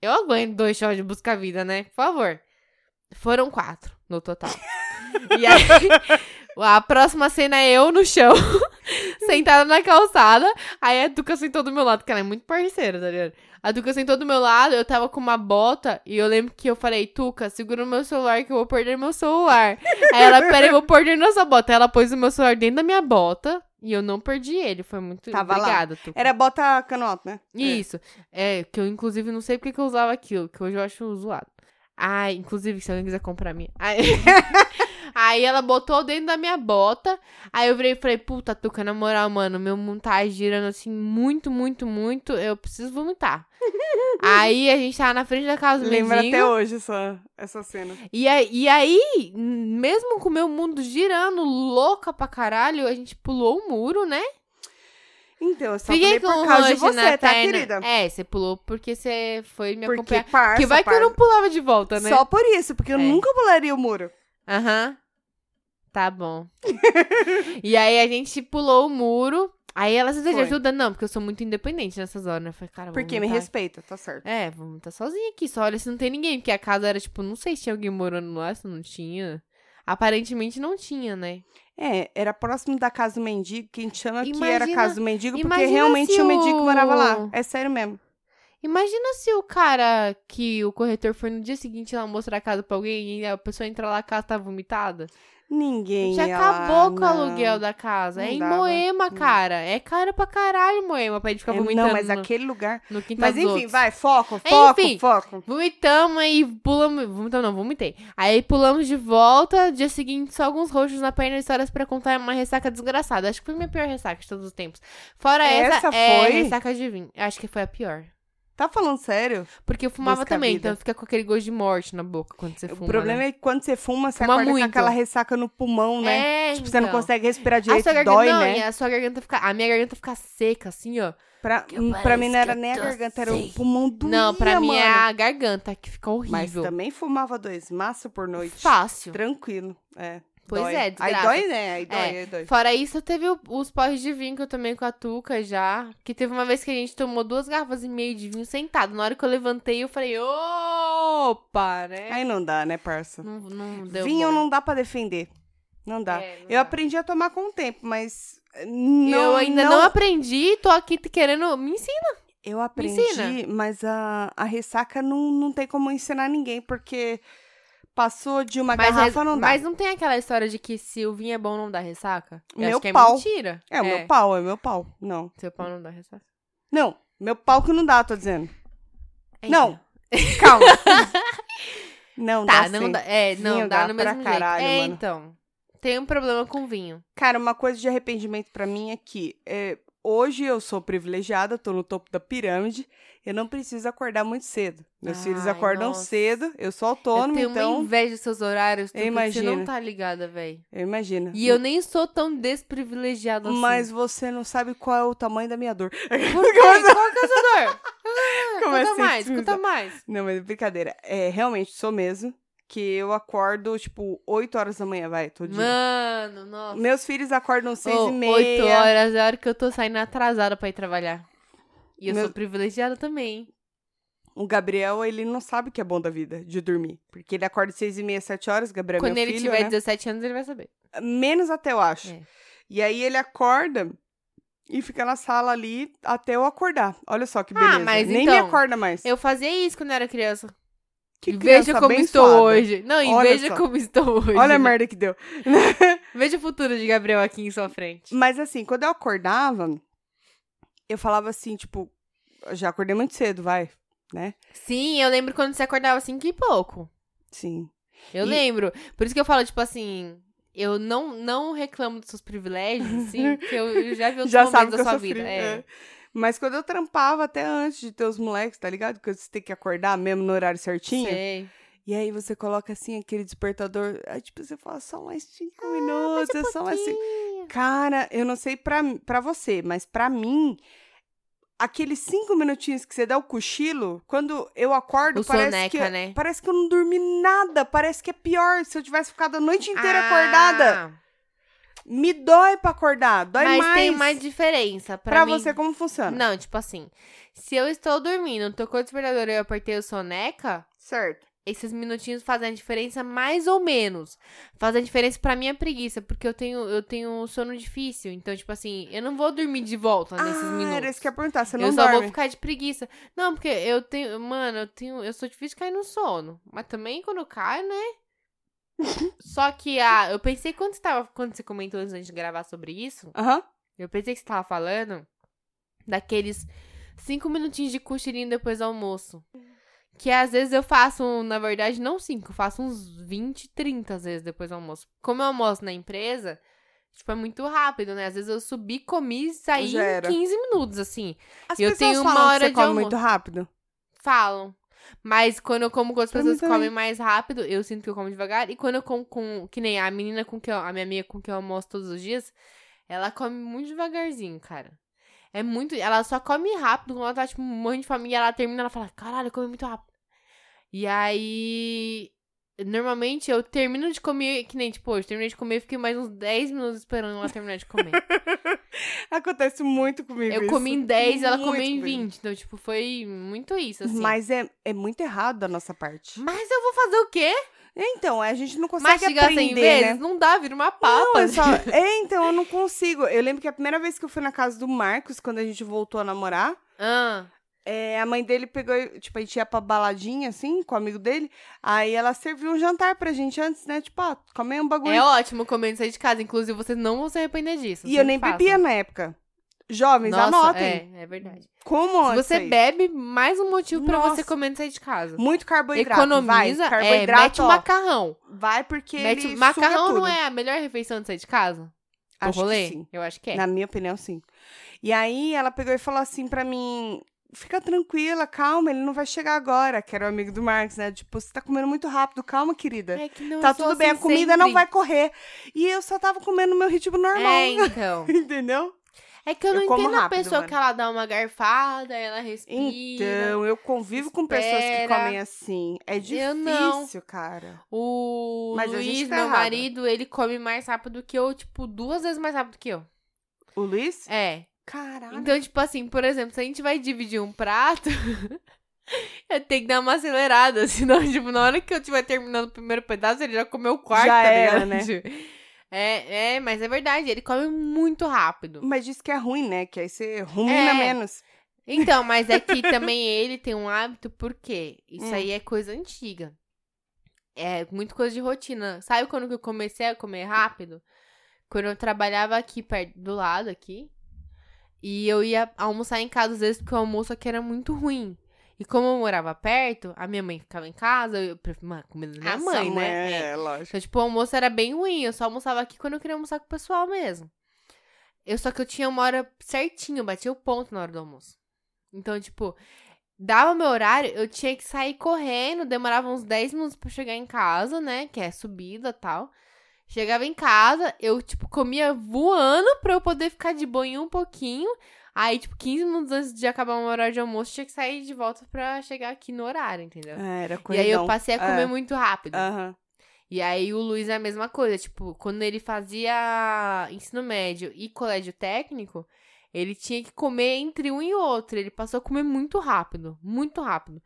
[SPEAKER 3] Eu aguento dois shows de buscar vida, né? Por favor. Foram quatro no total. E aí, a próxima cena é eu no chão, sentada na calçada. Aí a Duca sentou do meu lado, porque ela é muito parceira, tá ligado? A Duca sentou do meu lado, eu tava com uma bota e eu lembro que eu falei, Tuca, segura o meu celular que eu vou perder meu celular. aí ela, peraí, eu vou perder nossa bota. Aí ela pôs o meu celular dentro da minha bota e eu não perdi ele. Foi muito
[SPEAKER 2] Tava lá.
[SPEAKER 3] obrigada, Tuca.
[SPEAKER 2] Era bota canota, né?
[SPEAKER 3] Isso. É, que eu inclusive não sei porque que eu usava aquilo, que hoje eu acho zoado. Ah, inclusive, se alguém quiser comprar a minha. Aí, aí ela botou dentro da minha bota. Aí eu virei e falei, puta, Tuca, na moral, mano, meu mundo tá girando assim muito, muito, muito. Eu preciso vomitar. aí a gente tava na frente da casa do
[SPEAKER 2] É. Lembra
[SPEAKER 3] mendigo.
[SPEAKER 2] até hoje essa, essa cena.
[SPEAKER 3] E, a- e aí, n- mesmo com o meu mundo girando, louca pra caralho, a gente pulou o muro, né?
[SPEAKER 2] Então, eu só
[SPEAKER 3] Fiquei
[SPEAKER 2] falei
[SPEAKER 3] com
[SPEAKER 2] por
[SPEAKER 3] um
[SPEAKER 2] causa de
[SPEAKER 3] rush na
[SPEAKER 2] você, tá,
[SPEAKER 3] perna.
[SPEAKER 2] querida?
[SPEAKER 3] É, você pulou porque você foi me
[SPEAKER 2] Porque,
[SPEAKER 3] acompanhar.
[SPEAKER 2] parça,
[SPEAKER 3] Porque vai que eu não
[SPEAKER 2] parça.
[SPEAKER 3] pulava de volta, né?
[SPEAKER 2] Só por isso, porque eu
[SPEAKER 3] É.
[SPEAKER 2] nunca pularia o muro.
[SPEAKER 3] Aham. Tá bom. e aí a gente pulou o muro. Aí ela se de
[SPEAKER 2] Foi.
[SPEAKER 3] ajuda? Não, porque eu sou muito independente nessas horas. né? Eu falei, cara, vou
[SPEAKER 2] Porque me
[SPEAKER 3] vomitar.
[SPEAKER 2] respeita, tá certo.
[SPEAKER 3] É, vamos estar sozinha aqui. Só olha se não tem ninguém. Porque a casa era, tipo, não sei se tinha alguém morando lá, se não tinha. Aparentemente não tinha, né?
[SPEAKER 2] É, era próximo da casa do mendigo, que a gente chama que era
[SPEAKER 3] Imagina-
[SPEAKER 2] casa do mendigo, porque
[SPEAKER 3] imagina
[SPEAKER 2] realmente
[SPEAKER 3] se
[SPEAKER 2] tinha um mendigo que morava
[SPEAKER 3] o-
[SPEAKER 2] lá. É sério mesmo.
[SPEAKER 3] Imagina se o cara que o corretor foi no dia seguinte lá mostrar a casa pra alguém e a pessoa entra lá, a casa tá vomitada.
[SPEAKER 2] Ninguém.
[SPEAKER 3] Já
[SPEAKER 2] ia lá,
[SPEAKER 3] acabou com o aluguel
[SPEAKER 2] não.
[SPEAKER 3] da casa.
[SPEAKER 2] Não
[SPEAKER 3] é em
[SPEAKER 2] dava. Hum.
[SPEAKER 3] Moema, cara. É caro pra caralho, Moema, pra gente ficar
[SPEAKER 2] É,
[SPEAKER 3] vomitando
[SPEAKER 2] não, mas
[SPEAKER 3] no,
[SPEAKER 2] aquele lugar.
[SPEAKER 3] no quintal
[SPEAKER 2] Mas
[SPEAKER 3] dos
[SPEAKER 2] enfim,
[SPEAKER 3] outros.
[SPEAKER 2] vai, foco,
[SPEAKER 3] É,
[SPEAKER 2] foco,
[SPEAKER 3] enfim.
[SPEAKER 2] foco.
[SPEAKER 3] Vomitamos aí pulamos. Vomitamos não, vomitei. Aí pulamos de volta. Dia seguinte, só alguns roxos na perna e histórias pra contar é uma ressaca desgraçada. Acho que foi minha pior ressaca de todos os tempos. Fora essa,
[SPEAKER 2] Essa
[SPEAKER 3] é
[SPEAKER 2] foi?
[SPEAKER 3] ressaca de vinho. Acho que foi a pior.
[SPEAKER 2] Tá falando sério?
[SPEAKER 3] Porque eu fumava
[SPEAKER 2] Busca a
[SPEAKER 3] também,
[SPEAKER 2] vida.
[SPEAKER 3] então fica com aquele gosto de morte na boca quando você fuma. né?
[SPEAKER 2] o problema é que quando você fuma, você
[SPEAKER 3] Fuma
[SPEAKER 2] acorda
[SPEAKER 3] muito.
[SPEAKER 2] com aquela ressaca no pulmão, né?
[SPEAKER 3] É,
[SPEAKER 2] tipo, você não
[SPEAKER 3] então.
[SPEAKER 2] consegue respirar
[SPEAKER 3] A
[SPEAKER 2] direito,
[SPEAKER 3] sua garganta,
[SPEAKER 2] dói,
[SPEAKER 3] não, e
[SPEAKER 2] né?
[SPEAKER 3] a sua garganta fica. A minha garganta fica seca, assim, ó.
[SPEAKER 2] Pra, hum,
[SPEAKER 1] Que eu
[SPEAKER 2] pra mim
[SPEAKER 1] pareço
[SPEAKER 2] não
[SPEAKER 1] que
[SPEAKER 2] era
[SPEAKER 1] eu
[SPEAKER 2] nem a
[SPEAKER 1] tô
[SPEAKER 2] garganta, era o
[SPEAKER 1] assim.
[SPEAKER 2] pulmão doía,
[SPEAKER 3] não, pra mim é
[SPEAKER 2] mano.
[SPEAKER 3] a garganta que fica
[SPEAKER 2] Mas
[SPEAKER 3] horrível.
[SPEAKER 2] também fumava dois maços por noite.
[SPEAKER 3] Fácil.
[SPEAKER 2] Tranquilo, é.
[SPEAKER 3] Pois
[SPEAKER 2] dói.
[SPEAKER 3] é,
[SPEAKER 2] Aí
[SPEAKER 3] desgraça.
[SPEAKER 2] dói, né? Aí dói,
[SPEAKER 3] É.
[SPEAKER 2] aí dói.
[SPEAKER 3] Fora isso, teve o- os porres de vinho que eu tomei com a Tuca já. Que teve uma vez que a gente tomou duas garrafas e meia de vinho sentado. Na hora que eu levantei, eu falei, opa, né?
[SPEAKER 2] Aí não dá, né, parça?
[SPEAKER 3] Não, não deu
[SPEAKER 2] Vinho
[SPEAKER 3] bom.
[SPEAKER 2] não dá pra defender. Não dá.
[SPEAKER 3] É, não
[SPEAKER 2] eu
[SPEAKER 3] dá.
[SPEAKER 2] aprendi a tomar com o tempo, mas eh, não
[SPEAKER 3] eu ainda não... aprendi, tô aqui querendo me ensinar.
[SPEAKER 2] Eu aprendi,
[SPEAKER 3] ensina.
[SPEAKER 2] mas a, a ressaca não, não tem como ensinar ninguém, porque passou de uma
[SPEAKER 3] Mas,
[SPEAKER 2] garrafa,
[SPEAKER 3] é-
[SPEAKER 2] não dá.
[SPEAKER 3] mas não tem aquela história de que se o vinho é bom, não dá ressaca? Eu
[SPEAKER 2] Meu
[SPEAKER 3] acho que é
[SPEAKER 2] pau.
[SPEAKER 3] mentira.
[SPEAKER 2] É, o meu pau, é meu pau. Não.
[SPEAKER 3] Seu pau não dá ressaca.
[SPEAKER 2] Não, meu pau que não dá, tô dizendo.
[SPEAKER 3] É,
[SPEAKER 2] Não.
[SPEAKER 3] então.
[SPEAKER 2] Calma. não
[SPEAKER 3] Tá,
[SPEAKER 2] dá
[SPEAKER 3] não
[SPEAKER 2] sim.
[SPEAKER 3] dá. É, não,
[SPEAKER 2] Vinho
[SPEAKER 3] dá,
[SPEAKER 2] dá
[SPEAKER 3] no
[SPEAKER 2] pra
[SPEAKER 3] mesmo
[SPEAKER 2] caralho,
[SPEAKER 3] jeito. É,
[SPEAKER 2] mano.
[SPEAKER 3] então. Tem um problema com vinho.
[SPEAKER 2] Cara, uma coisa de arrependimento pra mim é que é, hoje eu sou privilegiada, tô no topo da pirâmide, eu não preciso acordar muito cedo. Meus
[SPEAKER 3] Ai,
[SPEAKER 2] filhos acordam
[SPEAKER 3] nossa.
[SPEAKER 2] cedo, eu sou autônoma,
[SPEAKER 3] eu tenho uma
[SPEAKER 2] então
[SPEAKER 3] inveja dos seus horários,
[SPEAKER 2] Eu
[SPEAKER 3] Tuca, que você não
[SPEAKER 2] imagino.
[SPEAKER 3] tá ligada, véi.
[SPEAKER 2] eu imagino.
[SPEAKER 3] E eu nem sou tão desprivilegiada assim.
[SPEAKER 2] Mas você não sabe qual é o tamanho da minha dor.
[SPEAKER 3] Por quê? Qual que é o seu dor?
[SPEAKER 2] Começa
[SPEAKER 3] Conta
[SPEAKER 2] a
[SPEAKER 3] mais,
[SPEAKER 2] intimidar.
[SPEAKER 3] conta mais.
[SPEAKER 2] Não, mas brincadeira. É, realmente sou mesmo, que eu acordo, tipo, 8 horas da manhã, vai, todo dia.
[SPEAKER 3] Mano, nossa.
[SPEAKER 2] Meus filhos acordam 6
[SPEAKER 3] Ô,
[SPEAKER 2] e
[SPEAKER 3] Oito
[SPEAKER 2] meia.
[SPEAKER 3] horas é a hora que eu tô saindo atrasada pra ir trabalhar. E eu
[SPEAKER 2] Meu-
[SPEAKER 3] sou privilegiada também. hein?
[SPEAKER 2] O Gabriel, ele não sabe o que é bom da vida, de dormir. Porque ele acorda 6 e meia, 7 horas, Gabriel é
[SPEAKER 3] Quando
[SPEAKER 2] meu
[SPEAKER 3] ele
[SPEAKER 2] filho,
[SPEAKER 3] tiver
[SPEAKER 2] né?
[SPEAKER 3] 17 anos, ele vai saber.
[SPEAKER 2] Menos até, eu acho.
[SPEAKER 3] É.
[SPEAKER 2] E aí ele acorda e fica na sala ali até eu acordar. Olha só que
[SPEAKER 3] Ah,
[SPEAKER 2] beleza.
[SPEAKER 3] mas
[SPEAKER 2] Nem
[SPEAKER 3] então,
[SPEAKER 2] me acorda mais.
[SPEAKER 3] Eu fazia isso quando eu era criança.
[SPEAKER 2] que
[SPEAKER 3] E veja
[SPEAKER 2] criança
[SPEAKER 3] como estou
[SPEAKER 2] abençoada.
[SPEAKER 3] hoje. Não, e
[SPEAKER 2] Olha
[SPEAKER 3] veja
[SPEAKER 2] só.
[SPEAKER 3] como estou hoje.
[SPEAKER 2] Olha a merda que deu.
[SPEAKER 3] Veja o futuro de Gabriel aqui em sua frente.
[SPEAKER 2] Mas assim, quando eu acordava, eu falava assim, tipo, já acordei muito cedo, vai, né?
[SPEAKER 3] Sim, eu lembro quando você acordava cinco e pouco.
[SPEAKER 2] Sim.
[SPEAKER 3] Eu
[SPEAKER 2] E-
[SPEAKER 3] lembro. Por isso que eu falo, tipo assim, eu não, não reclamo dos seus privilégios, sim, porque eu, eu já vi outros
[SPEAKER 2] já
[SPEAKER 3] momentos
[SPEAKER 2] sabe que
[SPEAKER 3] da
[SPEAKER 2] eu
[SPEAKER 3] sua
[SPEAKER 2] sofri.
[SPEAKER 3] vida.
[SPEAKER 2] é.
[SPEAKER 3] É.
[SPEAKER 2] Mas quando eu trampava até antes de ter os moleques, tá ligado? Que você tem que acordar mesmo no horário certinho.
[SPEAKER 3] Sei.
[SPEAKER 2] E aí você coloca assim aquele despertador, aí tipo, você fala só mais cinco
[SPEAKER 3] Ah,
[SPEAKER 2] minutos,
[SPEAKER 3] um
[SPEAKER 2] é só mais cinco. Cara, eu não sei pra, pra você, mas pra mim, aqueles cinco minutinhos que você dá o cochilo, quando eu acordo,
[SPEAKER 3] O
[SPEAKER 2] parece
[SPEAKER 3] soneca,
[SPEAKER 2] que. é
[SPEAKER 3] né?
[SPEAKER 2] Parece que eu não dormi nada, parece que é pior. Se eu tivesse ficado a noite inteira acordada,
[SPEAKER 3] Ah,
[SPEAKER 2] me dói pra acordar, dói
[SPEAKER 3] mas
[SPEAKER 2] mais.
[SPEAKER 3] tem mais diferença. Pra,
[SPEAKER 2] pra
[SPEAKER 3] mim,
[SPEAKER 2] você, como funciona?
[SPEAKER 3] Não, tipo assim, se eu estou dormindo, tocou o despertador e eu apertei o soneca,
[SPEAKER 2] Certo.
[SPEAKER 3] esses minutinhos fazem a diferença mais ou menos. Fazem a diferença pra minha preguiça, porque eu tenho, eu tenho um sono difícil. Então, tipo assim, eu não vou dormir de volta nesses
[SPEAKER 2] ah,
[SPEAKER 3] minutos.
[SPEAKER 2] era isso que eu ia perguntar. Você não
[SPEAKER 3] Eu só
[SPEAKER 2] dorme?
[SPEAKER 3] vou ficar de preguiça. Não, porque eu tenho. Mano, eu tenho. Eu sou difícil de cair no sono. Mas também quando eu caio, né? só que a. Eu pensei quando você tava. Quando você comentou antes de gravar sobre isso,
[SPEAKER 2] Aham.
[SPEAKER 3] eu pensei que você tava falando daqueles cinco minutinhos de cochilinho depois do almoço. Que às vezes eu faço, na verdade, não cinco, eu faço uns 20, 30 às vezes depois do almoço. Como eu almoço na empresa, tipo, é muito rápido, né? Às vezes eu subi, comi e saí
[SPEAKER 2] Já
[SPEAKER 3] em
[SPEAKER 2] era.
[SPEAKER 3] 15 minutos, assim.
[SPEAKER 2] As
[SPEAKER 3] Eu
[SPEAKER 2] pessoas
[SPEAKER 3] tenho uma
[SPEAKER 2] falam que
[SPEAKER 3] hora
[SPEAKER 2] você
[SPEAKER 3] de
[SPEAKER 2] come
[SPEAKER 3] almoço.
[SPEAKER 2] muito rápido.
[SPEAKER 3] Falam. Mas quando eu como com as
[SPEAKER 2] Pra
[SPEAKER 3] pessoas
[SPEAKER 2] mim também.
[SPEAKER 3] comem mais rápido, eu sinto que eu como devagar. E quando eu como com. Que nem a menina com que eu, a minha amiga com que eu almoço todos os dias, ela come muito devagarzinho, cara. É muito. Ela só come rápido quando ela tá, tipo, morrendo de fome. E ela termina, ela fala, caralho, eu comi muito rápido. E aí. Normalmente eu termino de comer, que nem tipo hoje, terminei de comer e fiquei mais uns 10 minutos esperando ela terminar de comer.
[SPEAKER 2] Acontece muito comigo
[SPEAKER 3] eu
[SPEAKER 2] isso.
[SPEAKER 3] comi em 10 ela
[SPEAKER 2] Muito
[SPEAKER 3] comeu em
[SPEAKER 2] comigo.
[SPEAKER 3] 20. Então, tipo, foi muito isso, assim.
[SPEAKER 2] Mas é, é muito errado da nossa parte.
[SPEAKER 3] Mas eu vou fazer o quê?
[SPEAKER 2] Então, a gente não consegue
[SPEAKER 3] Mastigar 100
[SPEAKER 2] aprender,
[SPEAKER 3] vezes?
[SPEAKER 2] né?
[SPEAKER 3] Não dá, vira uma
[SPEAKER 2] Não,
[SPEAKER 3] papa.
[SPEAKER 2] eu só- É, então, eu não consigo. Eu lembro que a primeira vez que eu fui na casa do Marcos, quando a gente voltou a namorar,
[SPEAKER 3] Ah,
[SPEAKER 2] É, a mãe dele pegou, e, tipo, a gente ia pra baladinha, assim, com o amigo dele. Aí ela serviu um jantar pra gente antes, né? Tipo, ó, come um bagulho.
[SPEAKER 3] é ótimo comer isso aí de casa. Inclusive, vocês não vão se arrepender disso.
[SPEAKER 2] e eu nem
[SPEAKER 3] Sempre
[SPEAKER 2] bebia
[SPEAKER 3] façam.
[SPEAKER 2] na época. Jovens,
[SPEAKER 3] né? Nossa,
[SPEAKER 2] anotem.
[SPEAKER 3] É, é verdade.
[SPEAKER 2] Como
[SPEAKER 3] Se
[SPEAKER 2] antes.
[SPEAKER 3] você
[SPEAKER 2] aí.
[SPEAKER 3] bebe, mais um motivo pra
[SPEAKER 2] Nossa.
[SPEAKER 3] você comer isso aí de casa.
[SPEAKER 2] Muito carboidrato.
[SPEAKER 3] Economiza,
[SPEAKER 2] vai.
[SPEAKER 3] é,
[SPEAKER 2] Carboidrato,
[SPEAKER 3] mete
[SPEAKER 2] ó,
[SPEAKER 3] um macarrão.
[SPEAKER 2] Vai porque
[SPEAKER 3] Mete,
[SPEAKER 2] ele suga
[SPEAKER 3] macarrão
[SPEAKER 2] tudo.
[SPEAKER 3] não é a melhor refeição de sair de casa? Do
[SPEAKER 2] Acho que
[SPEAKER 3] rolê?
[SPEAKER 2] sim.
[SPEAKER 3] Eu acho que é.
[SPEAKER 2] Na minha opinião, sim. E aí ela pegou e falou assim pra mim: fica tranquila, calma, ele não vai chegar agora, que era o amigo do Marcos, né? Tipo, você tá comendo muito rápido, calma, querida.
[SPEAKER 3] É que não,
[SPEAKER 2] Tá
[SPEAKER 3] eu sou
[SPEAKER 2] tudo bem,
[SPEAKER 3] assim
[SPEAKER 2] a comida não
[SPEAKER 3] sempre.
[SPEAKER 2] vai correr. E eu só tava comendo no meu ritmo normal.
[SPEAKER 3] É, então.
[SPEAKER 2] Entendeu?
[SPEAKER 3] É que eu não
[SPEAKER 2] Eu como
[SPEAKER 3] entendo a
[SPEAKER 2] rápido,
[SPEAKER 3] pessoa
[SPEAKER 2] mano.
[SPEAKER 3] que ela dá uma garfada, ela respira.
[SPEAKER 2] Então, eu convivo com pessoas que
[SPEAKER 3] espera.
[SPEAKER 2] comem assim. É
[SPEAKER 3] Eu não.
[SPEAKER 2] difícil, cara.
[SPEAKER 3] O
[SPEAKER 2] Mas a
[SPEAKER 3] Luiz,
[SPEAKER 2] gente tá
[SPEAKER 3] meu
[SPEAKER 2] errada.
[SPEAKER 3] marido, ele come mais rápido que eu, tipo, duas vezes mais rápido que eu.
[SPEAKER 2] O Luiz?
[SPEAKER 3] É.
[SPEAKER 2] Caralho.
[SPEAKER 3] Então, tipo assim, por exemplo, se a gente vai dividir um prato, eu tenho que dar uma acelerada, senão, tipo, na hora que eu estiver terminando o primeiro pedaço, ele já comeu o quarto,
[SPEAKER 2] Já
[SPEAKER 3] tá
[SPEAKER 2] era, né?
[SPEAKER 3] ligado? É, é, mas é verdade, ele come muito rápido.
[SPEAKER 2] Mas diz que é ruim, né? Que aí você rumina
[SPEAKER 3] É.
[SPEAKER 2] menos.
[SPEAKER 3] Então, mas é que também ele tem um hábito, por quê? Isso
[SPEAKER 2] Hum.
[SPEAKER 3] aí é coisa antiga. É muito coisa de rotina. Sabe quando que eu comecei a comer rápido? Quando eu trabalhava aqui, perto, do lado aqui. E eu ia almoçar em casa às vezes, porque o almoço aqui era muito ruim. E como eu morava perto, a minha mãe ficava em casa, eu prefiro uma comida da minha
[SPEAKER 2] Nossa,
[SPEAKER 3] mãe, né? É.
[SPEAKER 2] É, lógico.
[SPEAKER 3] Então, tipo, o almoço era bem ruim. Eu só almoçava aqui quando eu queria almoçar com o pessoal mesmo. Eu só que eu tinha uma hora certinho, eu batia o ponto na hora do almoço. Então, tipo, dava meu horário, eu tinha que sair correndo, demorava uns 10 minutos pra chegar em casa, né? Que é subida e tal. Chegava em casa, eu, tipo, comia voando pra eu poder ficar de boinha um pouquinho. Aí, tipo, 15 minutos antes de acabar o meu horário de almoço, tinha que sair de volta pra chegar aqui no horário, entendeu?
[SPEAKER 2] É, era
[SPEAKER 3] e
[SPEAKER 2] corridão.
[SPEAKER 3] aí eu passei a comer
[SPEAKER 2] É.
[SPEAKER 3] muito rápido.
[SPEAKER 2] Aham.
[SPEAKER 3] E aí o Luiz é a mesma coisa, tipo, quando ele fazia ensino médio e colégio técnico, ele tinha que comer entre um e outro. Ele passou a comer muito rápido, muito rápido.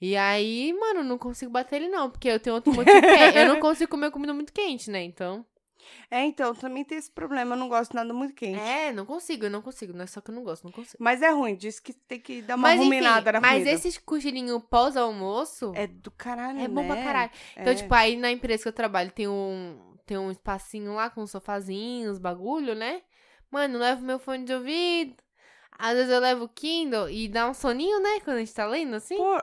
[SPEAKER 3] E aí, mano, não consigo bater ele não, porque eu tenho outro motivo que é, eu não consigo comer comida muito quente, né? Então,
[SPEAKER 2] É, então, também tem esse problema. Eu não gosto de nada muito quente.
[SPEAKER 3] é, não consigo, eu não consigo, não é só que eu não gosto, não consigo.
[SPEAKER 2] Mas é ruim. Diz que tem que dar uma
[SPEAKER 3] mas enfim,
[SPEAKER 2] ruminada na
[SPEAKER 3] mas
[SPEAKER 2] comida.
[SPEAKER 3] esse cochilinho pós-almoço
[SPEAKER 2] É do caralho,
[SPEAKER 3] é bom
[SPEAKER 2] né?
[SPEAKER 3] pra caralho. Então,
[SPEAKER 2] É.
[SPEAKER 3] tipo, aí na empresa que eu trabalho tem um, tem um espacinho lá com sofazinhos, bagulho, né? Mano, eu levo meu fone de ouvido. Às vezes eu levo o Kindle e dá um soninho, né? Quando a gente tá lendo, assim.
[SPEAKER 2] Pô,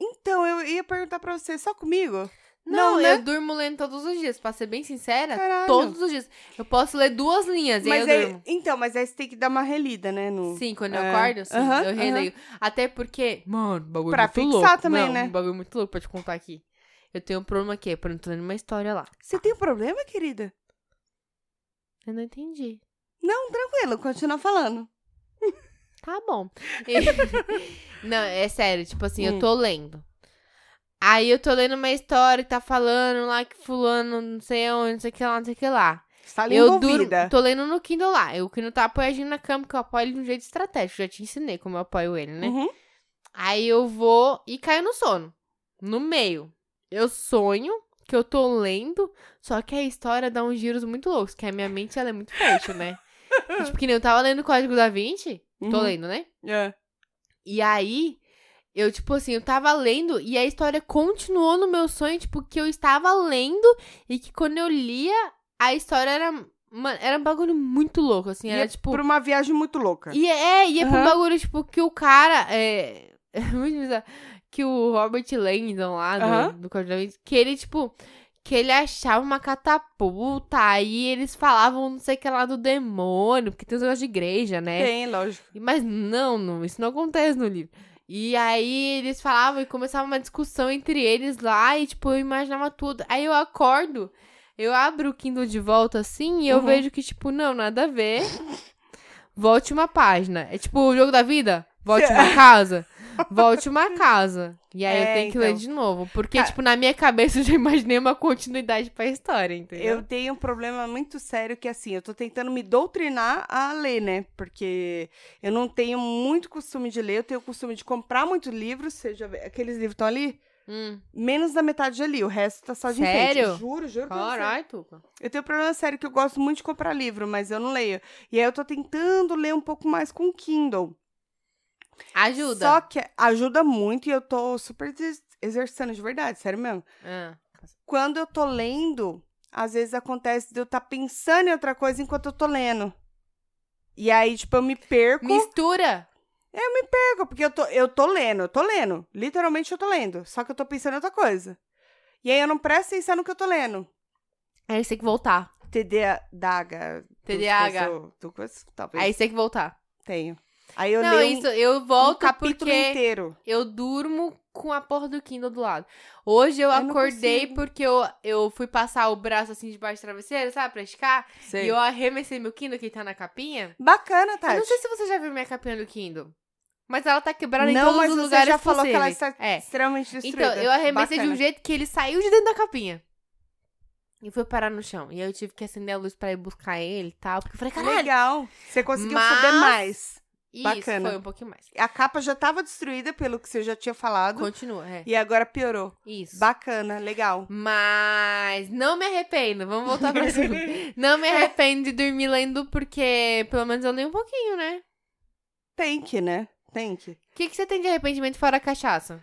[SPEAKER 2] então, eu ia perguntar pra você, só comigo?
[SPEAKER 3] não,
[SPEAKER 2] não, né?
[SPEAKER 3] eu durmo lendo todos os dias. Pra ser bem sincera,
[SPEAKER 2] Caralho.
[SPEAKER 3] É, todos os dias. Eu posso ler duas linhas e
[SPEAKER 2] Mas
[SPEAKER 3] aí eu
[SPEAKER 2] aí,
[SPEAKER 3] durmo.
[SPEAKER 2] então, mas aí você tem que dar uma relida, né? No...
[SPEAKER 3] Sim, quando eu
[SPEAKER 2] É.
[SPEAKER 3] acordo, sim,
[SPEAKER 2] Aham,
[SPEAKER 3] eu
[SPEAKER 2] aham.
[SPEAKER 3] releio. Até porque, mano, bagulho
[SPEAKER 2] Pra
[SPEAKER 3] muito
[SPEAKER 2] fixar
[SPEAKER 3] louco.
[SPEAKER 2] também,
[SPEAKER 3] não,
[SPEAKER 2] né?
[SPEAKER 3] um bagulho muito louco pra te contar aqui. Eu tenho um problema aqui, por exemplo, tô lendo uma história lá.
[SPEAKER 2] Você tem um problema, querida?
[SPEAKER 3] Eu não entendi.
[SPEAKER 2] Não, tranquilo, continua falando.
[SPEAKER 3] Tá bom. não, é sério, tipo assim, eu
[SPEAKER 2] Hum.
[SPEAKER 3] tô lendo. Aí eu tô lendo uma história e tá falando lá que fulano não sei onde, não sei o que lá, não sei o que lá.
[SPEAKER 2] Está tá ali
[SPEAKER 3] Eu duro,
[SPEAKER 2] envolvida.
[SPEAKER 3] tô lendo no Kindle lá. Eu- O Kindle tá apoiadinho na cama, que eu apoio ele de um jeito estratégico. Já te ensinei
[SPEAKER 2] Hum.
[SPEAKER 3] como né? eu apoio ele, né?
[SPEAKER 2] Uhum.
[SPEAKER 3] Aí eu vou e caio no sono. No meio. Eu sonho que eu tô lendo, só que a história dá uns giros muito loucos, que a minha mente ela é muito fértil, né? E, tipo, que nem eu tava lendo o Código da Vinci, tô
[SPEAKER 2] Uhum.
[SPEAKER 3] lendo, né?
[SPEAKER 2] É.
[SPEAKER 3] E aí, eu, tipo assim, eu tava lendo e a história continuou no meu sonho, tipo, que eu estava lendo e que quando eu lia, a história era. Mano, era um bagulho muito louco, assim, era
[SPEAKER 2] Ia
[SPEAKER 3] tipo.
[SPEAKER 2] Por uma viagem muito louca.
[SPEAKER 3] E é, e é pra um
[SPEAKER 2] é né? Aham.
[SPEAKER 3] bagulho, tipo, que o cara. É, é muito bizarro. Que o Robert Langdon lá do,
[SPEAKER 2] Aham.
[SPEAKER 3] do Código da Vinci, que ele, tipo. Que ele achava uma catapulta, aí eles falavam não sei o que lá do demônio, porque tem uns negócios de igreja, né?
[SPEAKER 2] Tem, lógico.
[SPEAKER 3] E- Mas não, não, isso não acontece no livro. E aí eles falavam e começava uma discussão entre eles lá e, tipo, eu imaginava tudo. Aí eu acordo, eu abro o Kindle de volta assim e eu
[SPEAKER 2] Uhum.
[SPEAKER 3] vejo que, tipo, não, nada a ver. Volte uma página. É tipo o jogo da vida? Volte uma casa. Volte uma casa. E aí eu
[SPEAKER 2] É,
[SPEAKER 3] tenho que ler
[SPEAKER 2] então.
[SPEAKER 3] de novo. Porque,
[SPEAKER 2] Ca-
[SPEAKER 3] tipo, na minha cabeça eu já imaginei uma continuidade pra história, entendeu?
[SPEAKER 2] Eu tenho um problema muito sério que, assim, eu tô tentando me doutrinar a ler, né? Porque eu não tenho muito costume de ler, eu tenho o costume de comprar muitos livros, seja aqueles livros que estão ali,
[SPEAKER 3] Hum.
[SPEAKER 2] menos da metade já li, o resto tá só de
[SPEAKER 3] Sério?
[SPEAKER 2] enfeite. Juro, juro pra você.
[SPEAKER 3] Caralho, Tuca.
[SPEAKER 2] Eu tenho um problema sério que eu gosto muito de comprar livro, mas eu não leio. E aí eu tô tentando ler um pouco mais com o Kindle.
[SPEAKER 3] Ajuda.
[SPEAKER 2] Só que ajuda muito e eu tô super des- exercitando de verdade, sério mesmo.
[SPEAKER 3] Ah.
[SPEAKER 2] Quando eu tô lendo, às vezes acontece de eu estar pensando em outra coisa enquanto eu tô lendo. E aí, tipo, eu me perco.
[SPEAKER 3] Mistura.
[SPEAKER 2] perco, porque eu tô, eu tô lendo, eu tô lendo. Literalmente eu tô lendo. Só que eu tô pensando em outra coisa. E aí eu não presto atenção no que eu tô lendo.
[SPEAKER 3] Aí você tem que voltar.
[SPEAKER 2] TDAH.
[SPEAKER 3] TDAH.
[SPEAKER 2] Tu talvez
[SPEAKER 3] Aí você tem que voltar.
[SPEAKER 2] tenho. Aí eu
[SPEAKER 3] não,
[SPEAKER 2] leio um-
[SPEAKER 3] isso, eu
[SPEAKER 2] um,
[SPEAKER 3] volto
[SPEAKER 2] capítulo
[SPEAKER 3] porque
[SPEAKER 2] inteiro.
[SPEAKER 3] eu durmo com a porra do Kindle do lado. Hoje eu,
[SPEAKER 2] Eu não
[SPEAKER 3] acordei
[SPEAKER 2] consigo.
[SPEAKER 3] porque eu, eu fui passar o braço assim debaixo da travesseira, sabe? Pra esticar. E eu arremessei meu Kindle que tá na capinha.
[SPEAKER 2] Bacana, Tati.
[SPEAKER 3] Eu não sei se você já viu minha capinha do Kindle. Mas ela tá quebrada em
[SPEAKER 2] Não,
[SPEAKER 3] todos
[SPEAKER 2] mas
[SPEAKER 3] os
[SPEAKER 2] você
[SPEAKER 3] lugares
[SPEAKER 2] já falou que ela
[SPEAKER 3] possíveis.
[SPEAKER 2] está
[SPEAKER 3] É.
[SPEAKER 2] extremamente destruída.
[SPEAKER 3] Então, eu arremessei de um
[SPEAKER 2] Bacana.
[SPEAKER 3] jeito que ele saiu de dentro da capinha. E foi parar no chão. E aí eu tive que acender a luz pra ir buscar ele e tal. Porque eu falei, caralho,
[SPEAKER 2] Legal. Você conseguiu
[SPEAKER 3] Mas-
[SPEAKER 2] saber mais.
[SPEAKER 3] isso
[SPEAKER 2] Bacana.
[SPEAKER 3] foi um pouquinho mais.
[SPEAKER 2] A capa já estava destruída, pelo que você já tinha falado.
[SPEAKER 3] Continua, é.
[SPEAKER 2] E agora piorou.
[SPEAKER 3] Isso.
[SPEAKER 2] Bacana, legal.
[SPEAKER 3] Mas não me arrependo. Vamos voltar pra cima. não me arrependo de dormir lendo, porque pelo menos eu li um pouquinho, né?
[SPEAKER 2] Tem que, né? Tem que.
[SPEAKER 3] O que, que você tem de arrependimento fora a cachaça?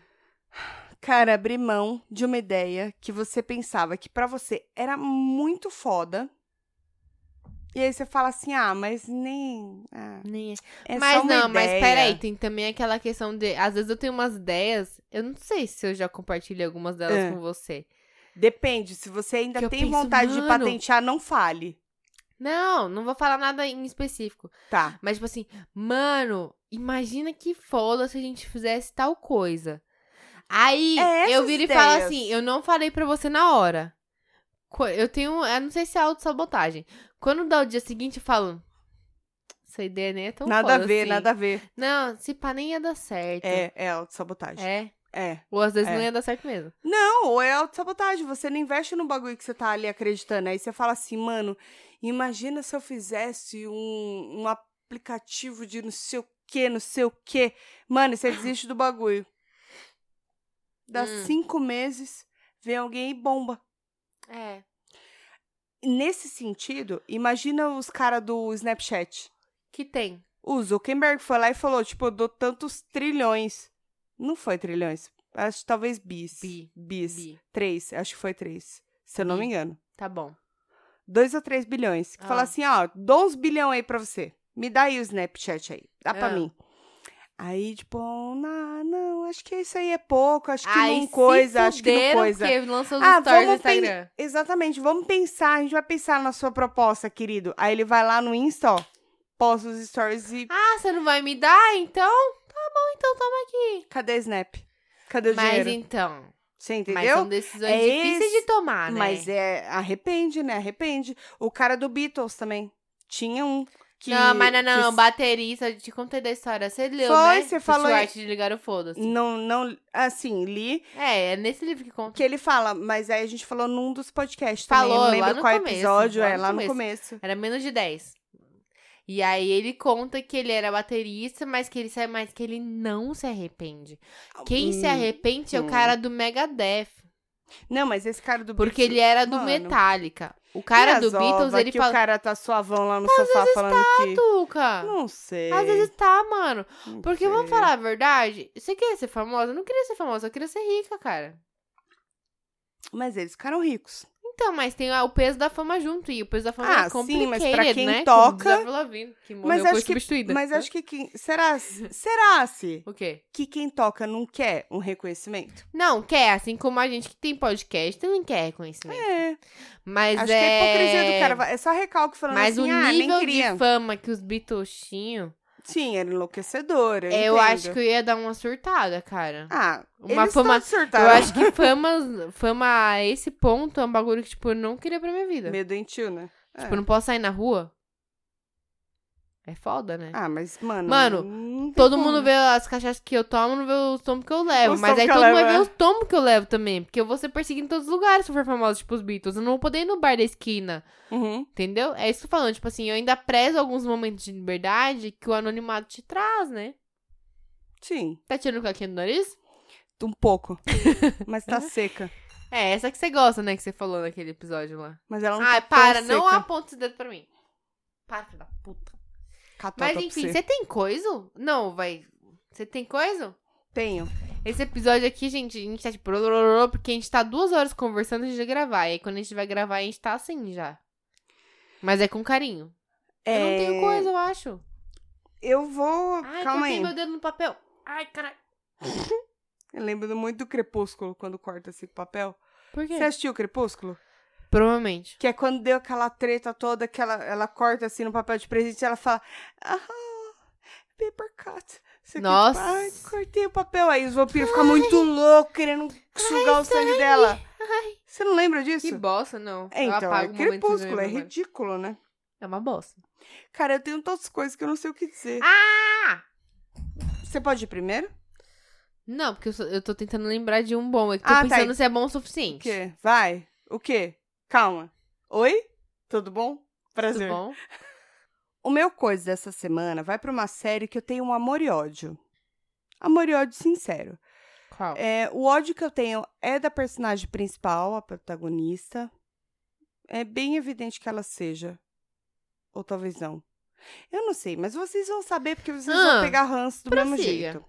[SPEAKER 2] Cara, abrir mão de uma ideia que você pensava que pra você era muito foda. E aí você fala assim, ah, mas nem... ah,
[SPEAKER 3] Nem
[SPEAKER 2] é só
[SPEAKER 3] mas
[SPEAKER 2] uma
[SPEAKER 3] não, mas
[SPEAKER 2] ideia.
[SPEAKER 3] peraí, tem também aquela questão de. Às vezes eu tenho umas ideias. Eu não sei se eu já compartilhei algumas delas
[SPEAKER 2] É.
[SPEAKER 3] com você.
[SPEAKER 2] Depende, se você ainda
[SPEAKER 3] Que eu
[SPEAKER 2] tem
[SPEAKER 3] penso,
[SPEAKER 2] vontade
[SPEAKER 3] "Mano."
[SPEAKER 2] de patentear, não fale.
[SPEAKER 3] Não, não vou falar nada em específico.
[SPEAKER 2] Tá.
[SPEAKER 3] Mas, tipo assim, mano, imagina que foda se a gente fizesse tal coisa. Aí
[SPEAKER 2] É
[SPEAKER 3] eu
[SPEAKER 2] essas
[SPEAKER 3] viro e falo
[SPEAKER 2] ideias.
[SPEAKER 3] assim: eu não falei pra você na hora. Co- Eu tenho. Eu não sei se é autossabotagem. Quando dá o dia seguinte, eu falo. Essa ideia nem é tão
[SPEAKER 2] nada a
[SPEAKER 3] foda
[SPEAKER 2] ver,
[SPEAKER 3] assim."
[SPEAKER 2] nada a ver.
[SPEAKER 3] Não, se pá, nem ia dar certo.
[SPEAKER 2] É, é autossabotagem.
[SPEAKER 3] É.
[SPEAKER 2] É.
[SPEAKER 3] Ou às vezes
[SPEAKER 2] É.
[SPEAKER 3] não ia dar certo mesmo.
[SPEAKER 2] Não, ou é autossabotagem. Você não investe no bagulho que você tá ali acreditando. Aí você fala assim, mano, imagina se eu fizesse um, um aplicativo de não sei o que, não sei o que. Mano, e você desiste do bagulho. Dá
[SPEAKER 3] Hum.
[SPEAKER 2] cinco meses, vem alguém e bomba.
[SPEAKER 3] É.
[SPEAKER 2] Nesse sentido, imagina os caras do Snapchat.
[SPEAKER 3] Que tem.
[SPEAKER 2] O Zuckerberg foi lá e falou, tipo, eu dou tantos trilhões. Não foi trilhões. Acho que talvez bis.
[SPEAKER 3] Bi.
[SPEAKER 2] Bis.
[SPEAKER 3] Bi.
[SPEAKER 2] Três, acho que foi três. Se eu não me
[SPEAKER 3] Bi.
[SPEAKER 2] engano.
[SPEAKER 3] Tá bom.
[SPEAKER 2] dois ou três bilhões. Que
[SPEAKER 3] Ah.
[SPEAKER 2] fala assim, ó, dou uns bilhão aí pra você. Me dá aí o Snapchat aí. Dá pra
[SPEAKER 3] Ah.
[SPEAKER 2] mim. Aí, tipo, não, não, acho que isso aí é pouco, acho que
[SPEAKER 3] Aí
[SPEAKER 2] não
[SPEAKER 3] se
[SPEAKER 2] coisa, acho que não
[SPEAKER 3] fuderam,
[SPEAKER 2] coisa.
[SPEAKER 3] Porque lançou os
[SPEAKER 2] Ah,
[SPEAKER 3] stories no
[SPEAKER 2] vamos pen-
[SPEAKER 3] Instagram.
[SPEAKER 2] Exatamente, vamos pensar, a gente vai pensar na sua proposta, querido. Aí ele vai lá no Insta, ó, posta os stories e
[SPEAKER 3] Ah, você não vai me dar? Então? Tá bom, então toma aqui.
[SPEAKER 2] cadê Snap? Cadê o
[SPEAKER 3] Mas
[SPEAKER 2] dinheiro?
[SPEAKER 3] então,
[SPEAKER 2] Você
[SPEAKER 3] mas são
[SPEAKER 2] entendeu?
[SPEAKER 3] decisões
[SPEAKER 2] É
[SPEAKER 3] difíceis
[SPEAKER 2] esse-
[SPEAKER 3] de tomar, né?
[SPEAKER 2] Mas é, arrepende, né? Arrepende. O cara do Beatles também tinha um que
[SPEAKER 3] não, mas não, não,
[SPEAKER 2] que
[SPEAKER 3] não, baterista, eu te contei da história, você leu,
[SPEAKER 2] Foi,
[SPEAKER 3] né?
[SPEAKER 2] você falou- Hum.
[SPEAKER 3] O Stuart de ligar o foda-se.
[SPEAKER 2] Não, não, assim, li
[SPEAKER 3] É, é nesse livro que conta.
[SPEAKER 2] que ele fala, mas aí a gente falou num dos podcasts também,
[SPEAKER 3] Falou,
[SPEAKER 2] não
[SPEAKER 3] lá
[SPEAKER 2] lembro
[SPEAKER 3] no
[SPEAKER 2] qual
[SPEAKER 3] começo,
[SPEAKER 2] episódio,
[SPEAKER 3] lá
[SPEAKER 2] é
[SPEAKER 3] no
[SPEAKER 2] lá no começo.
[SPEAKER 3] Era menos de 10. E aí ele conta que ele era baterista, mas que ele sai mais que ele não se arrepende. Quem se
[SPEAKER 2] Hum,
[SPEAKER 3] arrepende é o
[SPEAKER 2] hum.
[SPEAKER 3] cara do Megadeth.
[SPEAKER 2] Não, mas esse cara do
[SPEAKER 3] Porque
[SPEAKER 2] Beatles-
[SPEAKER 3] ele era do
[SPEAKER 2] Mano. Hum.
[SPEAKER 3] Metallica. O
[SPEAKER 2] E
[SPEAKER 3] cara
[SPEAKER 2] as
[SPEAKER 3] do Beatles,
[SPEAKER 2] ova
[SPEAKER 3] ele
[SPEAKER 2] que
[SPEAKER 3] fala.
[SPEAKER 2] o cara tá suavão lá no sofá falando que...
[SPEAKER 3] Tuca.
[SPEAKER 2] Não sei.
[SPEAKER 3] Às vezes tá, mano.
[SPEAKER 2] não
[SPEAKER 3] Porque
[SPEAKER 2] sei.
[SPEAKER 3] vamos falar a verdade. Você queria ser famosa? Eu não queria ser famosa, eu queria ser rica, cara.
[SPEAKER 2] Mas eles ficaram ricos.
[SPEAKER 3] Então, mas tem o peso da fama junto. E o peso da fama
[SPEAKER 2] Ah,
[SPEAKER 3] é
[SPEAKER 2] sim,
[SPEAKER 3] complicated,
[SPEAKER 2] mas pra quem
[SPEAKER 3] né?
[SPEAKER 2] toca-
[SPEAKER 3] Como diz Avril Lavigne, que morreu,
[SPEAKER 2] acho
[SPEAKER 3] foi
[SPEAKER 2] que-
[SPEAKER 3] substituída.
[SPEAKER 2] Mas
[SPEAKER 3] Hã?
[SPEAKER 2] acho que quem... Será, será se
[SPEAKER 3] O quê?
[SPEAKER 2] que quem toca não quer um reconhecimento?
[SPEAKER 3] Não, quer. Assim como a gente que tem podcast também quer reconhecimento.
[SPEAKER 2] É.
[SPEAKER 3] Mas
[SPEAKER 2] Acho
[SPEAKER 3] é...
[SPEAKER 2] que a hipocrisia do cara vai- é só recalque falando
[SPEAKER 3] Mas
[SPEAKER 2] assim,
[SPEAKER 3] o
[SPEAKER 2] ah, nem
[SPEAKER 3] nível
[SPEAKER 2] queria.
[SPEAKER 3] de fama que os Beatles tinham...
[SPEAKER 2] Sim, era enlouquecedor, eu,
[SPEAKER 3] é, Eu
[SPEAKER 2] entendo.
[SPEAKER 3] acho que eu ia dar uma surtada, cara.
[SPEAKER 2] Ah, tá.
[SPEAKER 3] Uma
[SPEAKER 2] eles
[SPEAKER 3] fama-
[SPEAKER 2] todos surtaram.
[SPEAKER 3] Eu acho que fama, fama a esse ponto é um bagulho que, tipo, eu não queria pra minha vida.
[SPEAKER 2] Meio doentio, né? É.
[SPEAKER 3] Tipo, eu não posso sair na rua. É foda, né?
[SPEAKER 2] Ah, mas, mano...
[SPEAKER 3] Mano,
[SPEAKER 2] não tem
[SPEAKER 3] todo
[SPEAKER 2] como.
[SPEAKER 3] mundo vê as cachaças que eu tomo, não vê os tombos que eu levo.
[SPEAKER 2] Os
[SPEAKER 3] mas
[SPEAKER 2] tombos
[SPEAKER 3] aí
[SPEAKER 2] que eu
[SPEAKER 3] todo mundo vai
[SPEAKER 2] levo,
[SPEAKER 3] ver
[SPEAKER 2] é.
[SPEAKER 3] os tombos que eu levo também. Porque eu vou ser perseguido em todos os lugares se eu for famosa, tipo os Beatles. Eu não vou poder ir no bar da esquina.
[SPEAKER 2] Uhum.
[SPEAKER 3] Entendeu? É isso que eu tô falando. Tipo assim, eu ainda prezo alguns momentos de liberdade que o anonimato te traz, né?
[SPEAKER 2] Sim,
[SPEAKER 3] Tá tirando o caquinho do nariz?
[SPEAKER 2] um pouco. mas tá seca.
[SPEAKER 3] É, essa que você gosta, né? Que você falou naquele episódio lá.
[SPEAKER 2] Mas ela não
[SPEAKER 3] Ai,
[SPEAKER 2] tá tão
[SPEAKER 3] Ah, para, não
[SPEAKER 2] seca.
[SPEAKER 3] aponta esse dedo pra mim. Para, filho da puta.
[SPEAKER 2] Catota
[SPEAKER 3] Mas
[SPEAKER 2] pra
[SPEAKER 3] enfim,
[SPEAKER 2] você
[SPEAKER 3] você tem coisa? Não, vai. Você tem coisa?
[SPEAKER 2] tenho.
[SPEAKER 3] Esse episódio aqui, gente, a gente tá tipo. "Rorororô", Porque a gente tá duas horas conversando antes de gravar. E aí quando a gente vai gravar, a gente tá assim já. Mas é com carinho. Eu não
[SPEAKER 2] É,
[SPEAKER 3] tenho coisa, eu acho.
[SPEAKER 2] Eu vou.
[SPEAKER 3] Ai,
[SPEAKER 2] Calma
[SPEAKER 3] cortei
[SPEAKER 2] aí.
[SPEAKER 3] meu dedo no papel. Ai, caralho.
[SPEAKER 2] Eu lembro muito do Crepúsculo quando corta esse papel.
[SPEAKER 3] Por quê?
[SPEAKER 2] Você assistiu o Crepúsculo?
[SPEAKER 3] Provavelmente.
[SPEAKER 2] Que é quando deu aquela treta toda que ela, ela corta assim no papel de presente e ela fala. Ah, paper cut. Você fica,
[SPEAKER 3] Nossa.
[SPEAKER 2] tipo, Ai, cortei o papel. Aí os vampiros ficam muito loucos querendo sugar o sangue dela.
[SPEAKER 3] Ai.
[SPEAKER 2] Você não lembra disso?
[SPEAKER 3] Que bosta, não.
[SPEAKER 2] É,
[SPEAKER 3] Eu
[SPEAKER 2] então, é
[SPEAKER 3] apago o momento da
[SPEAKER 2] crepúsculo,
[SPEAKER 3] minha
[SPEAKER 2] é
[SPEAKER 3] memória.
[SPEAKER 2] ridículo, né?
[SPEAKER 3] É uma bosta.
[SPEAKER 2] Cara, eu tenho tantas coisas que eu não sei o que dizer.
[SPEAKER 3] Ah!
[SPEAKER 2] Você pode ir primeiro?
[SPEAKER 3] Não, porque eu, só- eu tô tentando lembrar de um bom. É que tô
[SPEAKER 2] Ah, tá.
[SPEAKER 3] pensando se é bom o
[SPEAKER 2] O
[SPEAKER 3] suficiente.
[SPEAKER 2] quê? Vai. O quê? Calma. Oi? Tudo bom?
[SPEAKER 3] Tudo
[SPEAKER 2] Prazer.
[SPEAKER 3] bom?
[SPEAKER 2] O meu coisa dessa semana vai pra uma série que eu tenho um amor e ódio. Amor e ódio sincero.
[SPEAKER 3] Qual?
[SPEAKER 2] É, o ódio que eu tenho é da personagem principal, a protagonista. É bem evidente que ela seja. Ou talvez não. Eu não sei, mas vocês vão saber porque vocês
[SPEAKER 3] Ah,
[SPEAKER 2] vão pegar ranço do mesmo
[SPEAKER 3] prossiga.
[SPEAKER 2] jeito.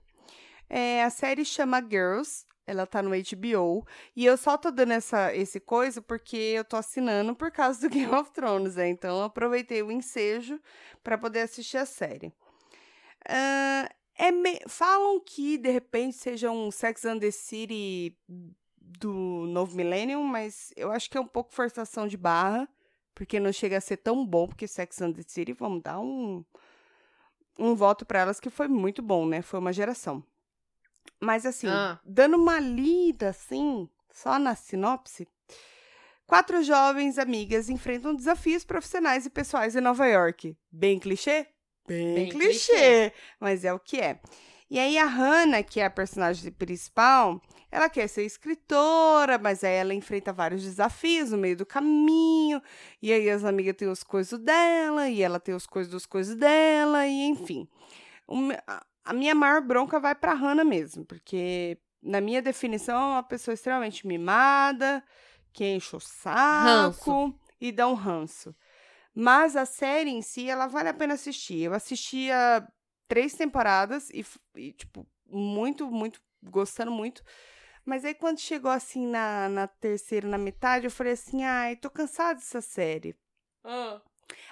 [SPEAKER 2] É, a série chama Girls. Ela tá no HBO. E eu só tô dando essa, esse coisa porque eu tô assinando por causa do Game of Thrones, né? Então eu aproveitei o ensejo pra poder assistir a série. Ah, é me- Falam que, de repente, seja um Sex and the City do novo milênio, mas eu acho que é um pouco forçação de barra, porque não chega a ser tão bom, porque Sex and the City, vamos dar um, um voto pra elas, que foi muito bom, né? Foi uma geração. Mas, assim,
[SPEAKER 3] Ah.
[SPEAKER 2] dando uma lida, assim, só na sinopse, quatro jovens amigas enfrentam desafios profissionais e pessoais em Nova York. Bem clichê? Bem,
[SPEAKER 3] Bem
[SPEAKER 2] clichê.
[SPEAKER 3] clichê.
[SPEAKER 2] Mas é o que é. E aí a Hannah, que é a personagem principal, ela quer ser escritora, mas aí ela enfrenta vários desafios no meio do caminho. E aí as amigas têm os coisas dela, e ela tem os coisas dos coisas dela, e enfim. O me- a- a minha maior bronca vai pra Hannah mesmo, porque, na minha definição, é uma pessoa extremamente mimada, que enche o saco
[SPEAKER 3] Ranço.
[SPEAKER 2] e dá um ranço. Mas a série em si, ela vale a pena assistir. Eu assisti a três temporadas e, f- e, tipo, muito, muito, gostando muito. Mas aí quando chegou assim na, na terceira, na metade, eu falei assim, ai, tô cansada dessa série.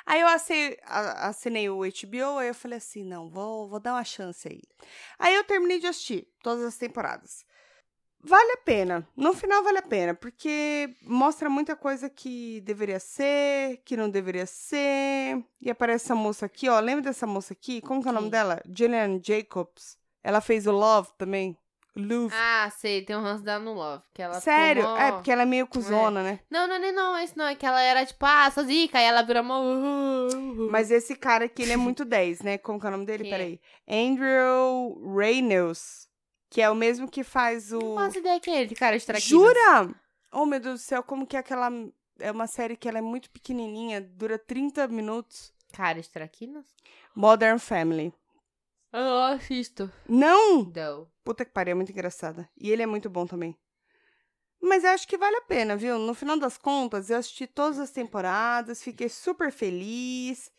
[SPEAKER 2] Aí eu assinei, assinei o HBO, aí eu falei assim, não, vou, vou dar uma chance aí. Aí eu terminei de assistir todas as temporadas. Vale a pena. No final vale a pena, porque mostra muita coisa que deveria ser, que não deveria ser. E aparece essa moça aqui, ó. Lembra dessa moça aqui? Como que é o nome
[SPEAKER 3] Quem?
[SPEAKER 2] dela? Julian Jacobs. Ela fez o Love também. Love.
[SPEAKER 3] Ah, sei, tem um ranço da No Love. Que ela ficou
[SPEAKER 2] Sério?
[SPEAKER 3] mó-
[SPEAKER 2] É, porque ela é meio cuzona, né?
[SPEAKER 3] Não, não, não, não, isso não. É que ela era tipo, ah, sou zica, e ela uh, vira mó. uh.
[SPEAKER 2] Mas esse cara aqui, ele é muito 10, né? Como que é o nome dele?
[SPEAKER 3] Quem é?
[SPEAKER 2] Peraí. Andrew Reynolds, que é o mesmo que faz o...
[SPEAKER 3] Nossa, ideia que é ele, cara, estraquinas.
[SPEAKER 2] Jura? Oh, meu Deus do céu, como que é aquela... É uma série que ela é muito pequenininha, dura 30 minutos.
[SPEAKER 3] Cara, estraquinas?
[SPEAKER 2] Modern Family.
[SPEAKER 3] Eu assisto.
[SPEAKER 2] Não!
[SPEAKER 3] Não.
[SPEAKER 2] Então. Puta que pariu, é muito engraçada. E ele é muito bom também. Mas eu acho que vale a pena, viu? No final das contas, eu assisti todas as temporadas, fiquei super feliz.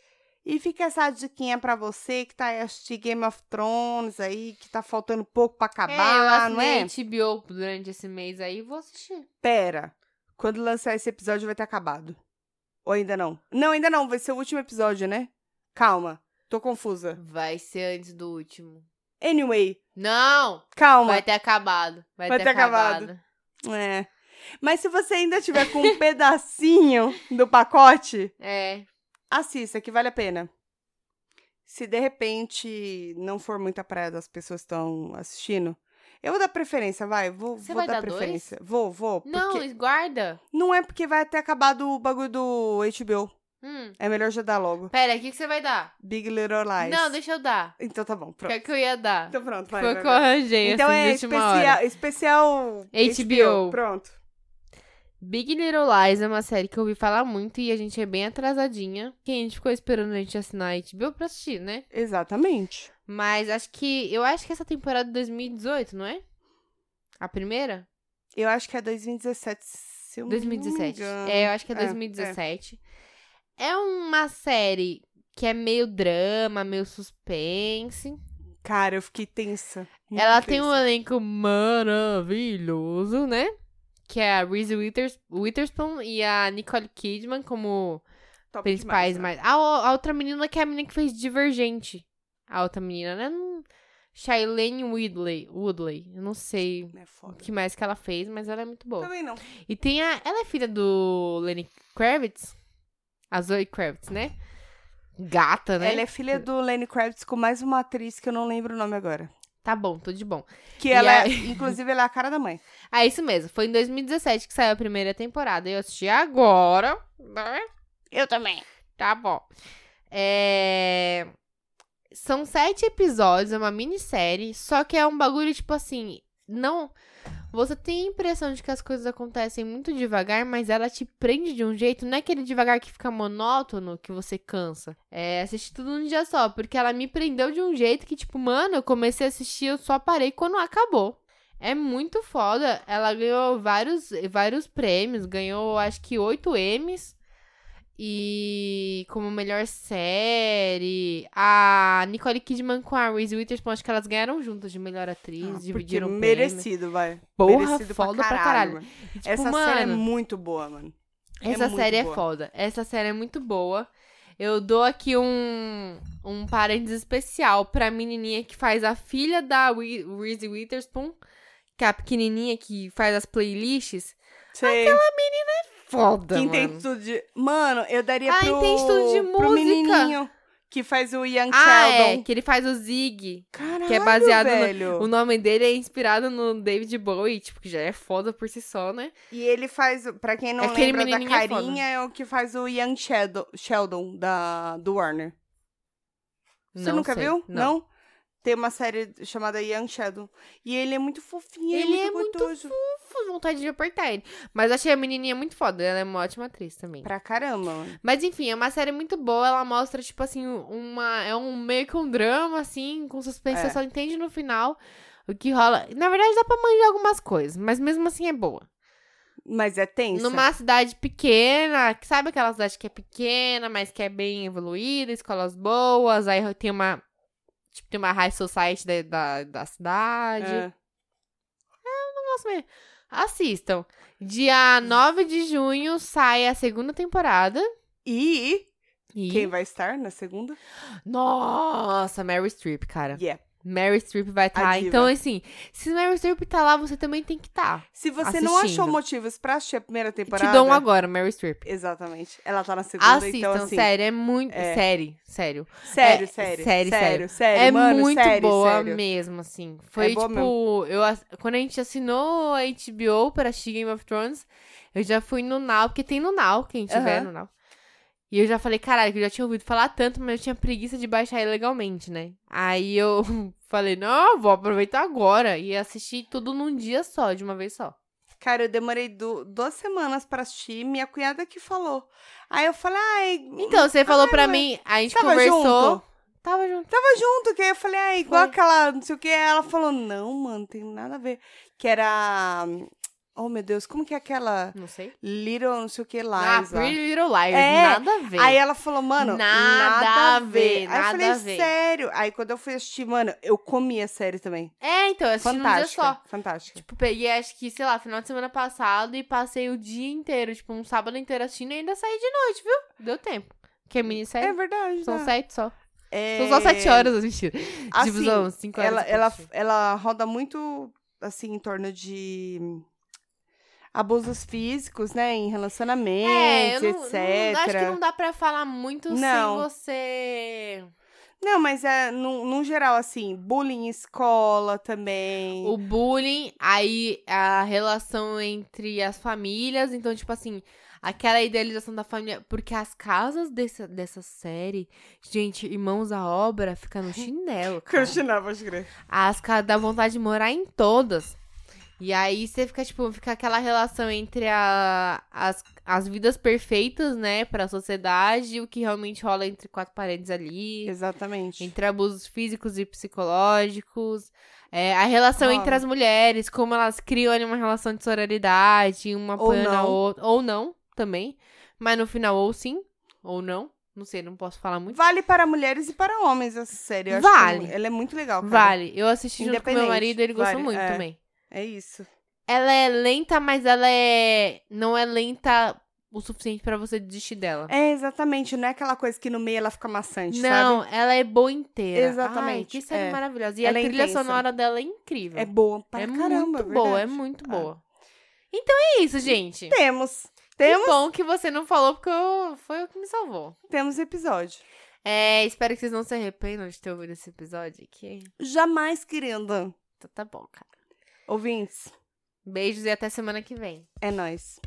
[SPEAKER 2] E fica essa diquinha pra você que tá aí assistindo Game of Thrones aí, que tá faltando pouco pra acabar,
[SPEAKER 3] é, eu
[SPEAKER 2] não é?
[SPEAKER 3] assinei HBO durante esse mês aí vou assistir.
[SPEAKER 2] Pera, quando lançar esse episódio vai ter acabado. Ou ainda não? Não, ainda não, vai ser o último episódio, né? Calma, tô confusa.
[SPEAKER 3] Vai ser antes do último.
[SPEAKER 2] Anyway,
[SPEAKER 3] Não!
[SPEAKER 2] calma.
[SPEAKER 3] Vai ter acabado. Vai,
[SPEAKER 2] Vai
[SPEAKER 3] ter,
[SPEAKER 2] ter
[SPEAKER 3] acabado.
[SPEAKER 2] acabado. É. Mas se você ainda tiver com um pedacinho do pacote,
[SPEAKER 3] É.
[SPEAKER 2] assista, que vale a pena. Se de repente não for muita praia das pessoas que estão assistindo, eu vou dar preferência, vai. Vou,
[SPEAKER 3] Você
[SPEAKER 2] vou
[SPEAKER 3] vai
[SPEAKER 2] dar,
[SPEAKER 3] dar dois?
[SPEAKER 2] preferência. Vou, vou.
[SPEAKER 3] Não,
[SPEAKER 2] porque-
[SPEAKER 3] guarda.
[SPEAKER 2] não é porque vai ter acabado o bagulho do HBO.
[SPEAKER 3] Hum.
[SPEAKER 2] É melhor já dar logo.
[SPEAKER 3] Pera, o que, que você vai dar?
[SPEAKER 2] Big Little Lies.
[SPEAKER 3] Não, deixa eu dar.
[SPEAKER 2] Então tá bom,
[SPEAKER 3] O
[SPEAKER 2] pronto.
[SPEAKER 3] que é que eu ia dar?
[SPEAKER 2] Então pronto, vai.
[SPEAKER 3] Foi o
[SPEAKER 2] vai,
[SPEAKER 3] que eu
[SPEAKER 2] vai.
[SPEAKER 3] arranjei,
[SPEAKER 2] Então
[SPEAKER 3] assim,
[SPEAKER 2] é
[SPEAKER 3] de última hora.
[SPEAKER 2] especia- especial
[SPEAKER 3] HBO.
[SPEAKER 2] Pronto.
[SPEAKER 3] Big Little Lies é uma série que eu ouvi falar muito e a gente é bem atrasadinha. Que a gente ficou esperando a gente assinar a HBO pra assistir, né?
[SPEAKER 2] Exatamente.
[SPEAKER 3] Mas acho que... Eu acho que essa temporada de 2018, não é? A primeira?
[SPEAKER 2] Eu acho que é 2017, se eu
[SPEAKER 3] 2017.
[SPEAKER 2] não me engano.
[SPEAKER 3] É, eu acho que é
[SPEAKER 2] É,
[SPEAKER 3] 2017. É. uma série que é meio drama, meio suspense.
[SPEAKER 2] Cara, eu fiquei tensa. muito
[SPEAKER 3] Ela tem
[SPEAKER 2] tensa.
[SPEAKER 3] um elenco maravilhoso, né? Que é a Reese Withers- Witherspoon e a Nicole Kidman como
[SPEAKER 2] Top
[SPEAKER 3] principais.
[SPEAKER 2] demais, né?
[SPEAKER 3] Mas a, o- a outra menina que é a menina que fez Divergente. A outra menina, né? Não- Shailene Woodley. Woodley. Eu não sei
[SPEAKER 2] né? É
[SPEAKER 3] o
[SPEAKER 2] foda.
[SPEAKER 3] que mais que ela fez, mas ela é muito boa.
[SPEAKER 2] Também não.
[SPEAKER 3] E tem a. Ela é filha do Lenny Kravitz? A Zoe Kravitz, né? Gata, né?
[SPEAKER 2] Ela é filha do Lenny Kravitz com mais uma atriz que eu não lembro o nome agora.
[SPEAKER 3] Tá bom, tô de bom.
[SPEAKER 2] Que
[SPEAKER 3] E
[SPEAKER 2] ela, é-
[SPEAKER 3] a-
[SPEAKER 2] inclusive, ela é a cara da mãe.
[SPEAKER 3] Ah, isso mesmo. Foi em 2017 que saiu a primeira temporada. Eu assisti agora. né?
[SPEAKER 2] Eu também.
[SPEAKER 3] Tá bom. É... São sete episódios, é uma minissérie. Só que é um bagulho tipo assim. Não. Você tem a impressão de que as coisas acontecem muito devagar, mas ela te prende de um jeito. Não é aquele devagar que fica monótono, que você cansa. É assistir tudo num dia só, porque ela me prendeu de um jeito que, tipo, mano, eu comecei a assistir, eu só parei quando acabou. É muito foda. Ela ganhou vários, vários prêmios, ganhou acho que oito M's. E como melhor série, a Nicole Kidman com a Reese Witherspoon, acho que elas ganharam juntas de melhor atriz,
[SPEAKER 2] Ah,
[SPEAKER 3] dividiram o prêmio.
[SPEAKER 2] merecido, vai.
[SPEAKER 3] Porra,
[SPEAKER 2] merecido
[SPEAKER 3] foda pra caralho.
[SPEAKER 2] mano.
[SPEAKER 3] E, tipo,
[SPEAKER 2] Essa
[SPEAKER 3] mano,
[SPEAKER 2] série é muito boa, mano. é
[SPEAKER 3] essa
[SPEAKER 2] muito
[SPEAKER 3] série é
[SPEAKER 2] boa.
[SPEAKER 3] foda. Essa série é muito boa. Eu dou aqui um, um parênteses especial pra menininha que faz a filha da Wi- Reese Witherspoon, que é a pequenininha que faz as playlists.
[SPEAKER 2] Sei.
[SPEAKER 3] Foda,
[SPEAKER 2] Quem
[SPEAKER 3] mano.
[SPEAKER 2] tem estudo de... Mano, eu daria
[SPEAKER 3] Ah,
[SPEAKER 2] pro...
[SPEAKER 3] tem estudo de
[SPEAKER 2] Pro
[SPEAKER 3] música.
[SPEAKER 2] menininho que faz o Young
[SPEAKER 3] Ah, é,
[SPEAKER 2] Sheldon.
[SPEAKER 3] que ele faz o Zig.
[SPEAKER 2] Caralho,
[SPEAKER 3] Que é baseado no-
[SPEAKER 2] velho.
[SPEAKER 3] O nome dele é inspirado no David Bowie, tipo, que já é foda por si só, né?
[SPEAKER 2] E ele faz, pra quem não
[SPEAKER 3] Aquele
[SPEAKER 2] lembra da
[SPEAKER 3] menininho é foda.
[SPEAKER 2] carinha, é o que faz o Young Shadow, Sheldon da, do Warner. Você
[SPEAKER 3] Não
[SPEAKER 2] nunca
[SPEAKER 3] sei,
[SPEAKER 2] viu?
[SPEAKER 3] Não.
[SPEAKER 2] Tem uma série chamada Young Shadow. E ele é muito fofinho, ele,
[SPEAKER 3] Ele
[SPEAKER 2] é
[SPEAKER 3] é muito
[SPEAKER 2] muito gostoso.
[SPEAKER 3] Fui vontade de apertar ele. Mas eu achei a menininha muito foda, ela é uma ótima atriz também.
[SPEAKER 2] Pra caramba, mano.
[SPEAKER 3] Mas enfim, é uma série muito boa, ela mostra, tipo assim, uma. É um meio que um drama, assim, com suspense,
[SPEAKER 2] É.
[SPEAKER 3] você só entende no final o que rola. Na verdade, dá pra manjar algumas coisas, mas mesmo assim é boa.
[SPEAKER 2] Mas é tenso.
[SPEAKER 3] Numa cidade pequena, que sabe aquela cidade que é pequena, mas que é bem evoluída, escolas boas, aí tem uma. Tipo, tem uma high society da, da, da cidade.
[SPEAKER 2] É.
[SPEAKER 3] Nossa, mas- Assistam. Dia 9 de junho sai a segunda temporada.
[SPEAKER 2] E
[SPEAKER 3] E...
[SPEAKER 2] quem vai estar na segunda?
[SPEAKER 3] Nossa, Mary Streep, cara.
[SPEAKER 2] Yeah.
[SPEAKER 3] Mary Streep vai estar.
[SPEAKER 2] diva.
[SPEAKER 3] Então, assim, se Mary Streep tá lá, você também tem que estar.
[SPEAKER 2] Se você não
[SPEAKER 3] Assistindo.
[SPEAKER 2] achou motivos pra assistir a primeira
[SPEAKER 3] Tá.
[SPEAKER 2] temporada...
[SPEAKER 3] Te dou um agora, Mary Streep.
[SPEAKER 2] Exatamente. Ela tá na segunda,
[SPEAKER 3] Assistam,
[SPEAKER 2] então assim...
[SPEAKER 3] sério, é muito.
[SPEAKER 2] é.
[SPEAKER 3] Sério, sério.
[SPEAKER 2] Sério, sério,
[SPEAKER 3] É, sério,
[SPEAKER 2] sério,
[SPEAKER 3] sério.
[SPEAKER 2] sério,
[SPEAKER 3] é
[SPEAKER 2] mano,
[SPEAKER 3] muito
[SPEAKER 2] sério,
[SPEAKER 3] boa
[SPEAKER 2] sério. É
[SPEAKER 3] mesmo, assim. Foi
[SPEAKER 2] boa
[SPEAKER 3] tipo, eu, ass- quando a gente assinou a HBO para assistir Game of Thrones, eu já fui no Now, porque tem no Now, quem tiver
[SPEAKER 2] Aham.
[SPEAKER 3] no Now. E eu já falei, caralho, que eu já tinha ouvido falar tanto, mas eu tinha preguiça de baixar ilegalmente, né? Aí eu falei, não, vou aproveitar agora e assistir tudo num dia só, de uma vez só.
[SPEAKER 2] Cara, eu demorei du- duas semanas pra assistir, minha cunhada que falou. Aí eu falei, ai,
[SPEAKER 3] Então, você falou pra mim, a gente
[SPEAKER 2] tava
[SPEAKER 3] conversou.
[SPEAKER 2] junto?
[SPEAKER 3] Tava junto.
[SPEAKER 2] Tava junto, que aí eu falei, ai, igual
[SPEAKER 3] Foi.
[SPEAKER 2] aquela, não sei o que. Ela falou, não, mano, tem nada a ver. Que era hum, Oh, meu Deus, como que é aquela
[SPEAKER 3] Não sei.
[SPEAKER 2] Little não sei o que
[SPEAKER 3] Ah,
[SPEAKER 2] Lies lá?
[SPEAKER 3] Pretty Little Liars.
[SPEAKER 2] É,
[SPEAKER 3] Nada a ver.
[SPEAKER 2] Aí ela falou, mano,
[SPEAKER 3] Nada
[SPEAKER 2] nada,
[SPEAKER 3] a
[SPEAKER 2] a
[SPEAKER 3] ver,
[SPEAKER 2] ver. Aí
[SPEAKER 3] nada
[SPEAKER 2] eu falei,
[SPEAKER 3] a ver.
[SPEAKER 2] sério. Aí quando eu fui assistir, mano, eu comi a série também.
[SPEAKER 3] É, então, eu assisti num dia
[SPEAKER 2] Fantástica.
[SPEAKER 3] só.
[SPEAKER 2] Fantástica.
[SPEAKER 3] Tipo, peguei, acho que, sei lá, final de semana passado e passei o dia inteiro, tipo, um sábado inteiro assistindo e ainda saí de noite, viu? Deu tempo. Porque é
[SPEAKER 2] É
[SPEAKER 3] minissérie,
[SPEAKER 2] verdade.
[SPEAKER 3] são
[SPEAKER 2] né?
[SPEAKER 3] sete só.
[SPEAKER 2] É...
[SPEAKER 3] São só sete horas assistindo. tipo,
[SPEAKER 2] Assim,
[SPEAKER 3] são cinco horas.
[SPEAKER 2] ela,
[SPEAKER 3] e
[SPEAKER 2] ela,
[SPEAKER 3] pouquinho.
[SPEAKER 2] ela roda muito, assim, em torno de abusos físicos, né? Em
[SPEAKER 3] É, eu
[SPEAKER 2] relacionamentos,
[SPEAKER 3] não, não- acho
[SPEAKER 2] etc.
[SPEAKER 3] que não dá pra falar muito
[SPEAKER 2] Não.
[SPEAKER 3] sem você...
[SPEAKER 2] Não, mas é, num, num geral, assim, bullying em escola também.
[SPEAKER 3] O bullying, aí a relação entre as famílias, então, tipo assim, aquela idealização da família. Porque as casas dessa, dessa série, gente, irmãos à obra, fica no chinelo. Cara.
[SPEAKER 2] Cristina, pode crer.
[SPEAKER 3] As casas dá vontade de morar em todas. E aí você fica, tipo, fica aquela relação entre a- as, as vidas perfeitas, né, pra sociedade e o que realmente rola entre quatro paredes ali.
[SPEAKER 2] Exatamente.
[SPEAKER 3] Entre abusos físicos e psicológicos. é, a relação
[SPEAKER 2] Rola.
[SPEAKER 3] entre as mulheres, como elas criam ali uma relação de sororidade, uma
[SPEAKER 2] Ou
[SPEAKER 3] apoiando a
[SPEAKER 2] não.
[SPEAKER 3] outra. Ou não, também. Mas no final, ou sim, ou não. Não sei, não posso falar muito.
[SPEAKER 2] Vale para mulheres e para homens essa série. Eu Acho
[SPEAKER 3] Vale.
[SPEAKER 2] que ela é muito legal. cara.
[SPEAKER 3] Vale. Eu assisti junto com meu
[SPEAKER 2] Independente,
[SPEAKER 3] marido, ele gostou
[SPEAKER 2] vale,
[SPEAKER 3] muito
[SPEAKER 2] é.
[SPEAKER 3] também.
[SPEAKER 2] É isso.
[SPEAKER 3] Ela é lenta, mas ela é. Não é lenta o suficiente pra você desistir dela.
[SPEAKER 2] É, exatamente. Não é aquela coisa que no meio ela fica maçante, sabe?
[SPEAKER 3] não, ela é boa inteira. Ai,
[SPEAKER 2] Exatamente,
[SPEAKER 3] que série
[SPEAKER 2] é.
[SPEAKER 3] maravilhosa. E
[SPEAKER 2] Ela
[SPEAKER 3] a
[SPEAKER 2] é
[SPEAKER 3] trilha
[SPEAKER 2] intensa.
[SPEAKER 3] sonora dela é incrível.
[SPEAKER 2] É boa para
[SPEAKER 3] é
[SPEAKER 2] caramba,
[SPEAKER 3] muito boa, é
[SPEAKER 2] verdade.
[SPEAKER 3] muito
[SPEAKER 2] Ah.
[SPEAKER 3] boa. Então é isso, gente.
[SPEAKER 2] Temos. Temos,
[SPEAKER 3] Que bom que você não falou, porque eu- foi o que me salvou.
[SPEAKER 2] temos episódio.
[SPEAKER 3] É, espero que vocês não se arrependam de ter ouvido esse episódio aqui.
[SPEAKER 2] Jamais, querida.
[SPEAKER 3] Então tá bom, cara.
[SPEAKER 2] Ouvintes,
[SPEAKER 3] Beijos e até semana que vem.
[SPEAKER 2] é nóis.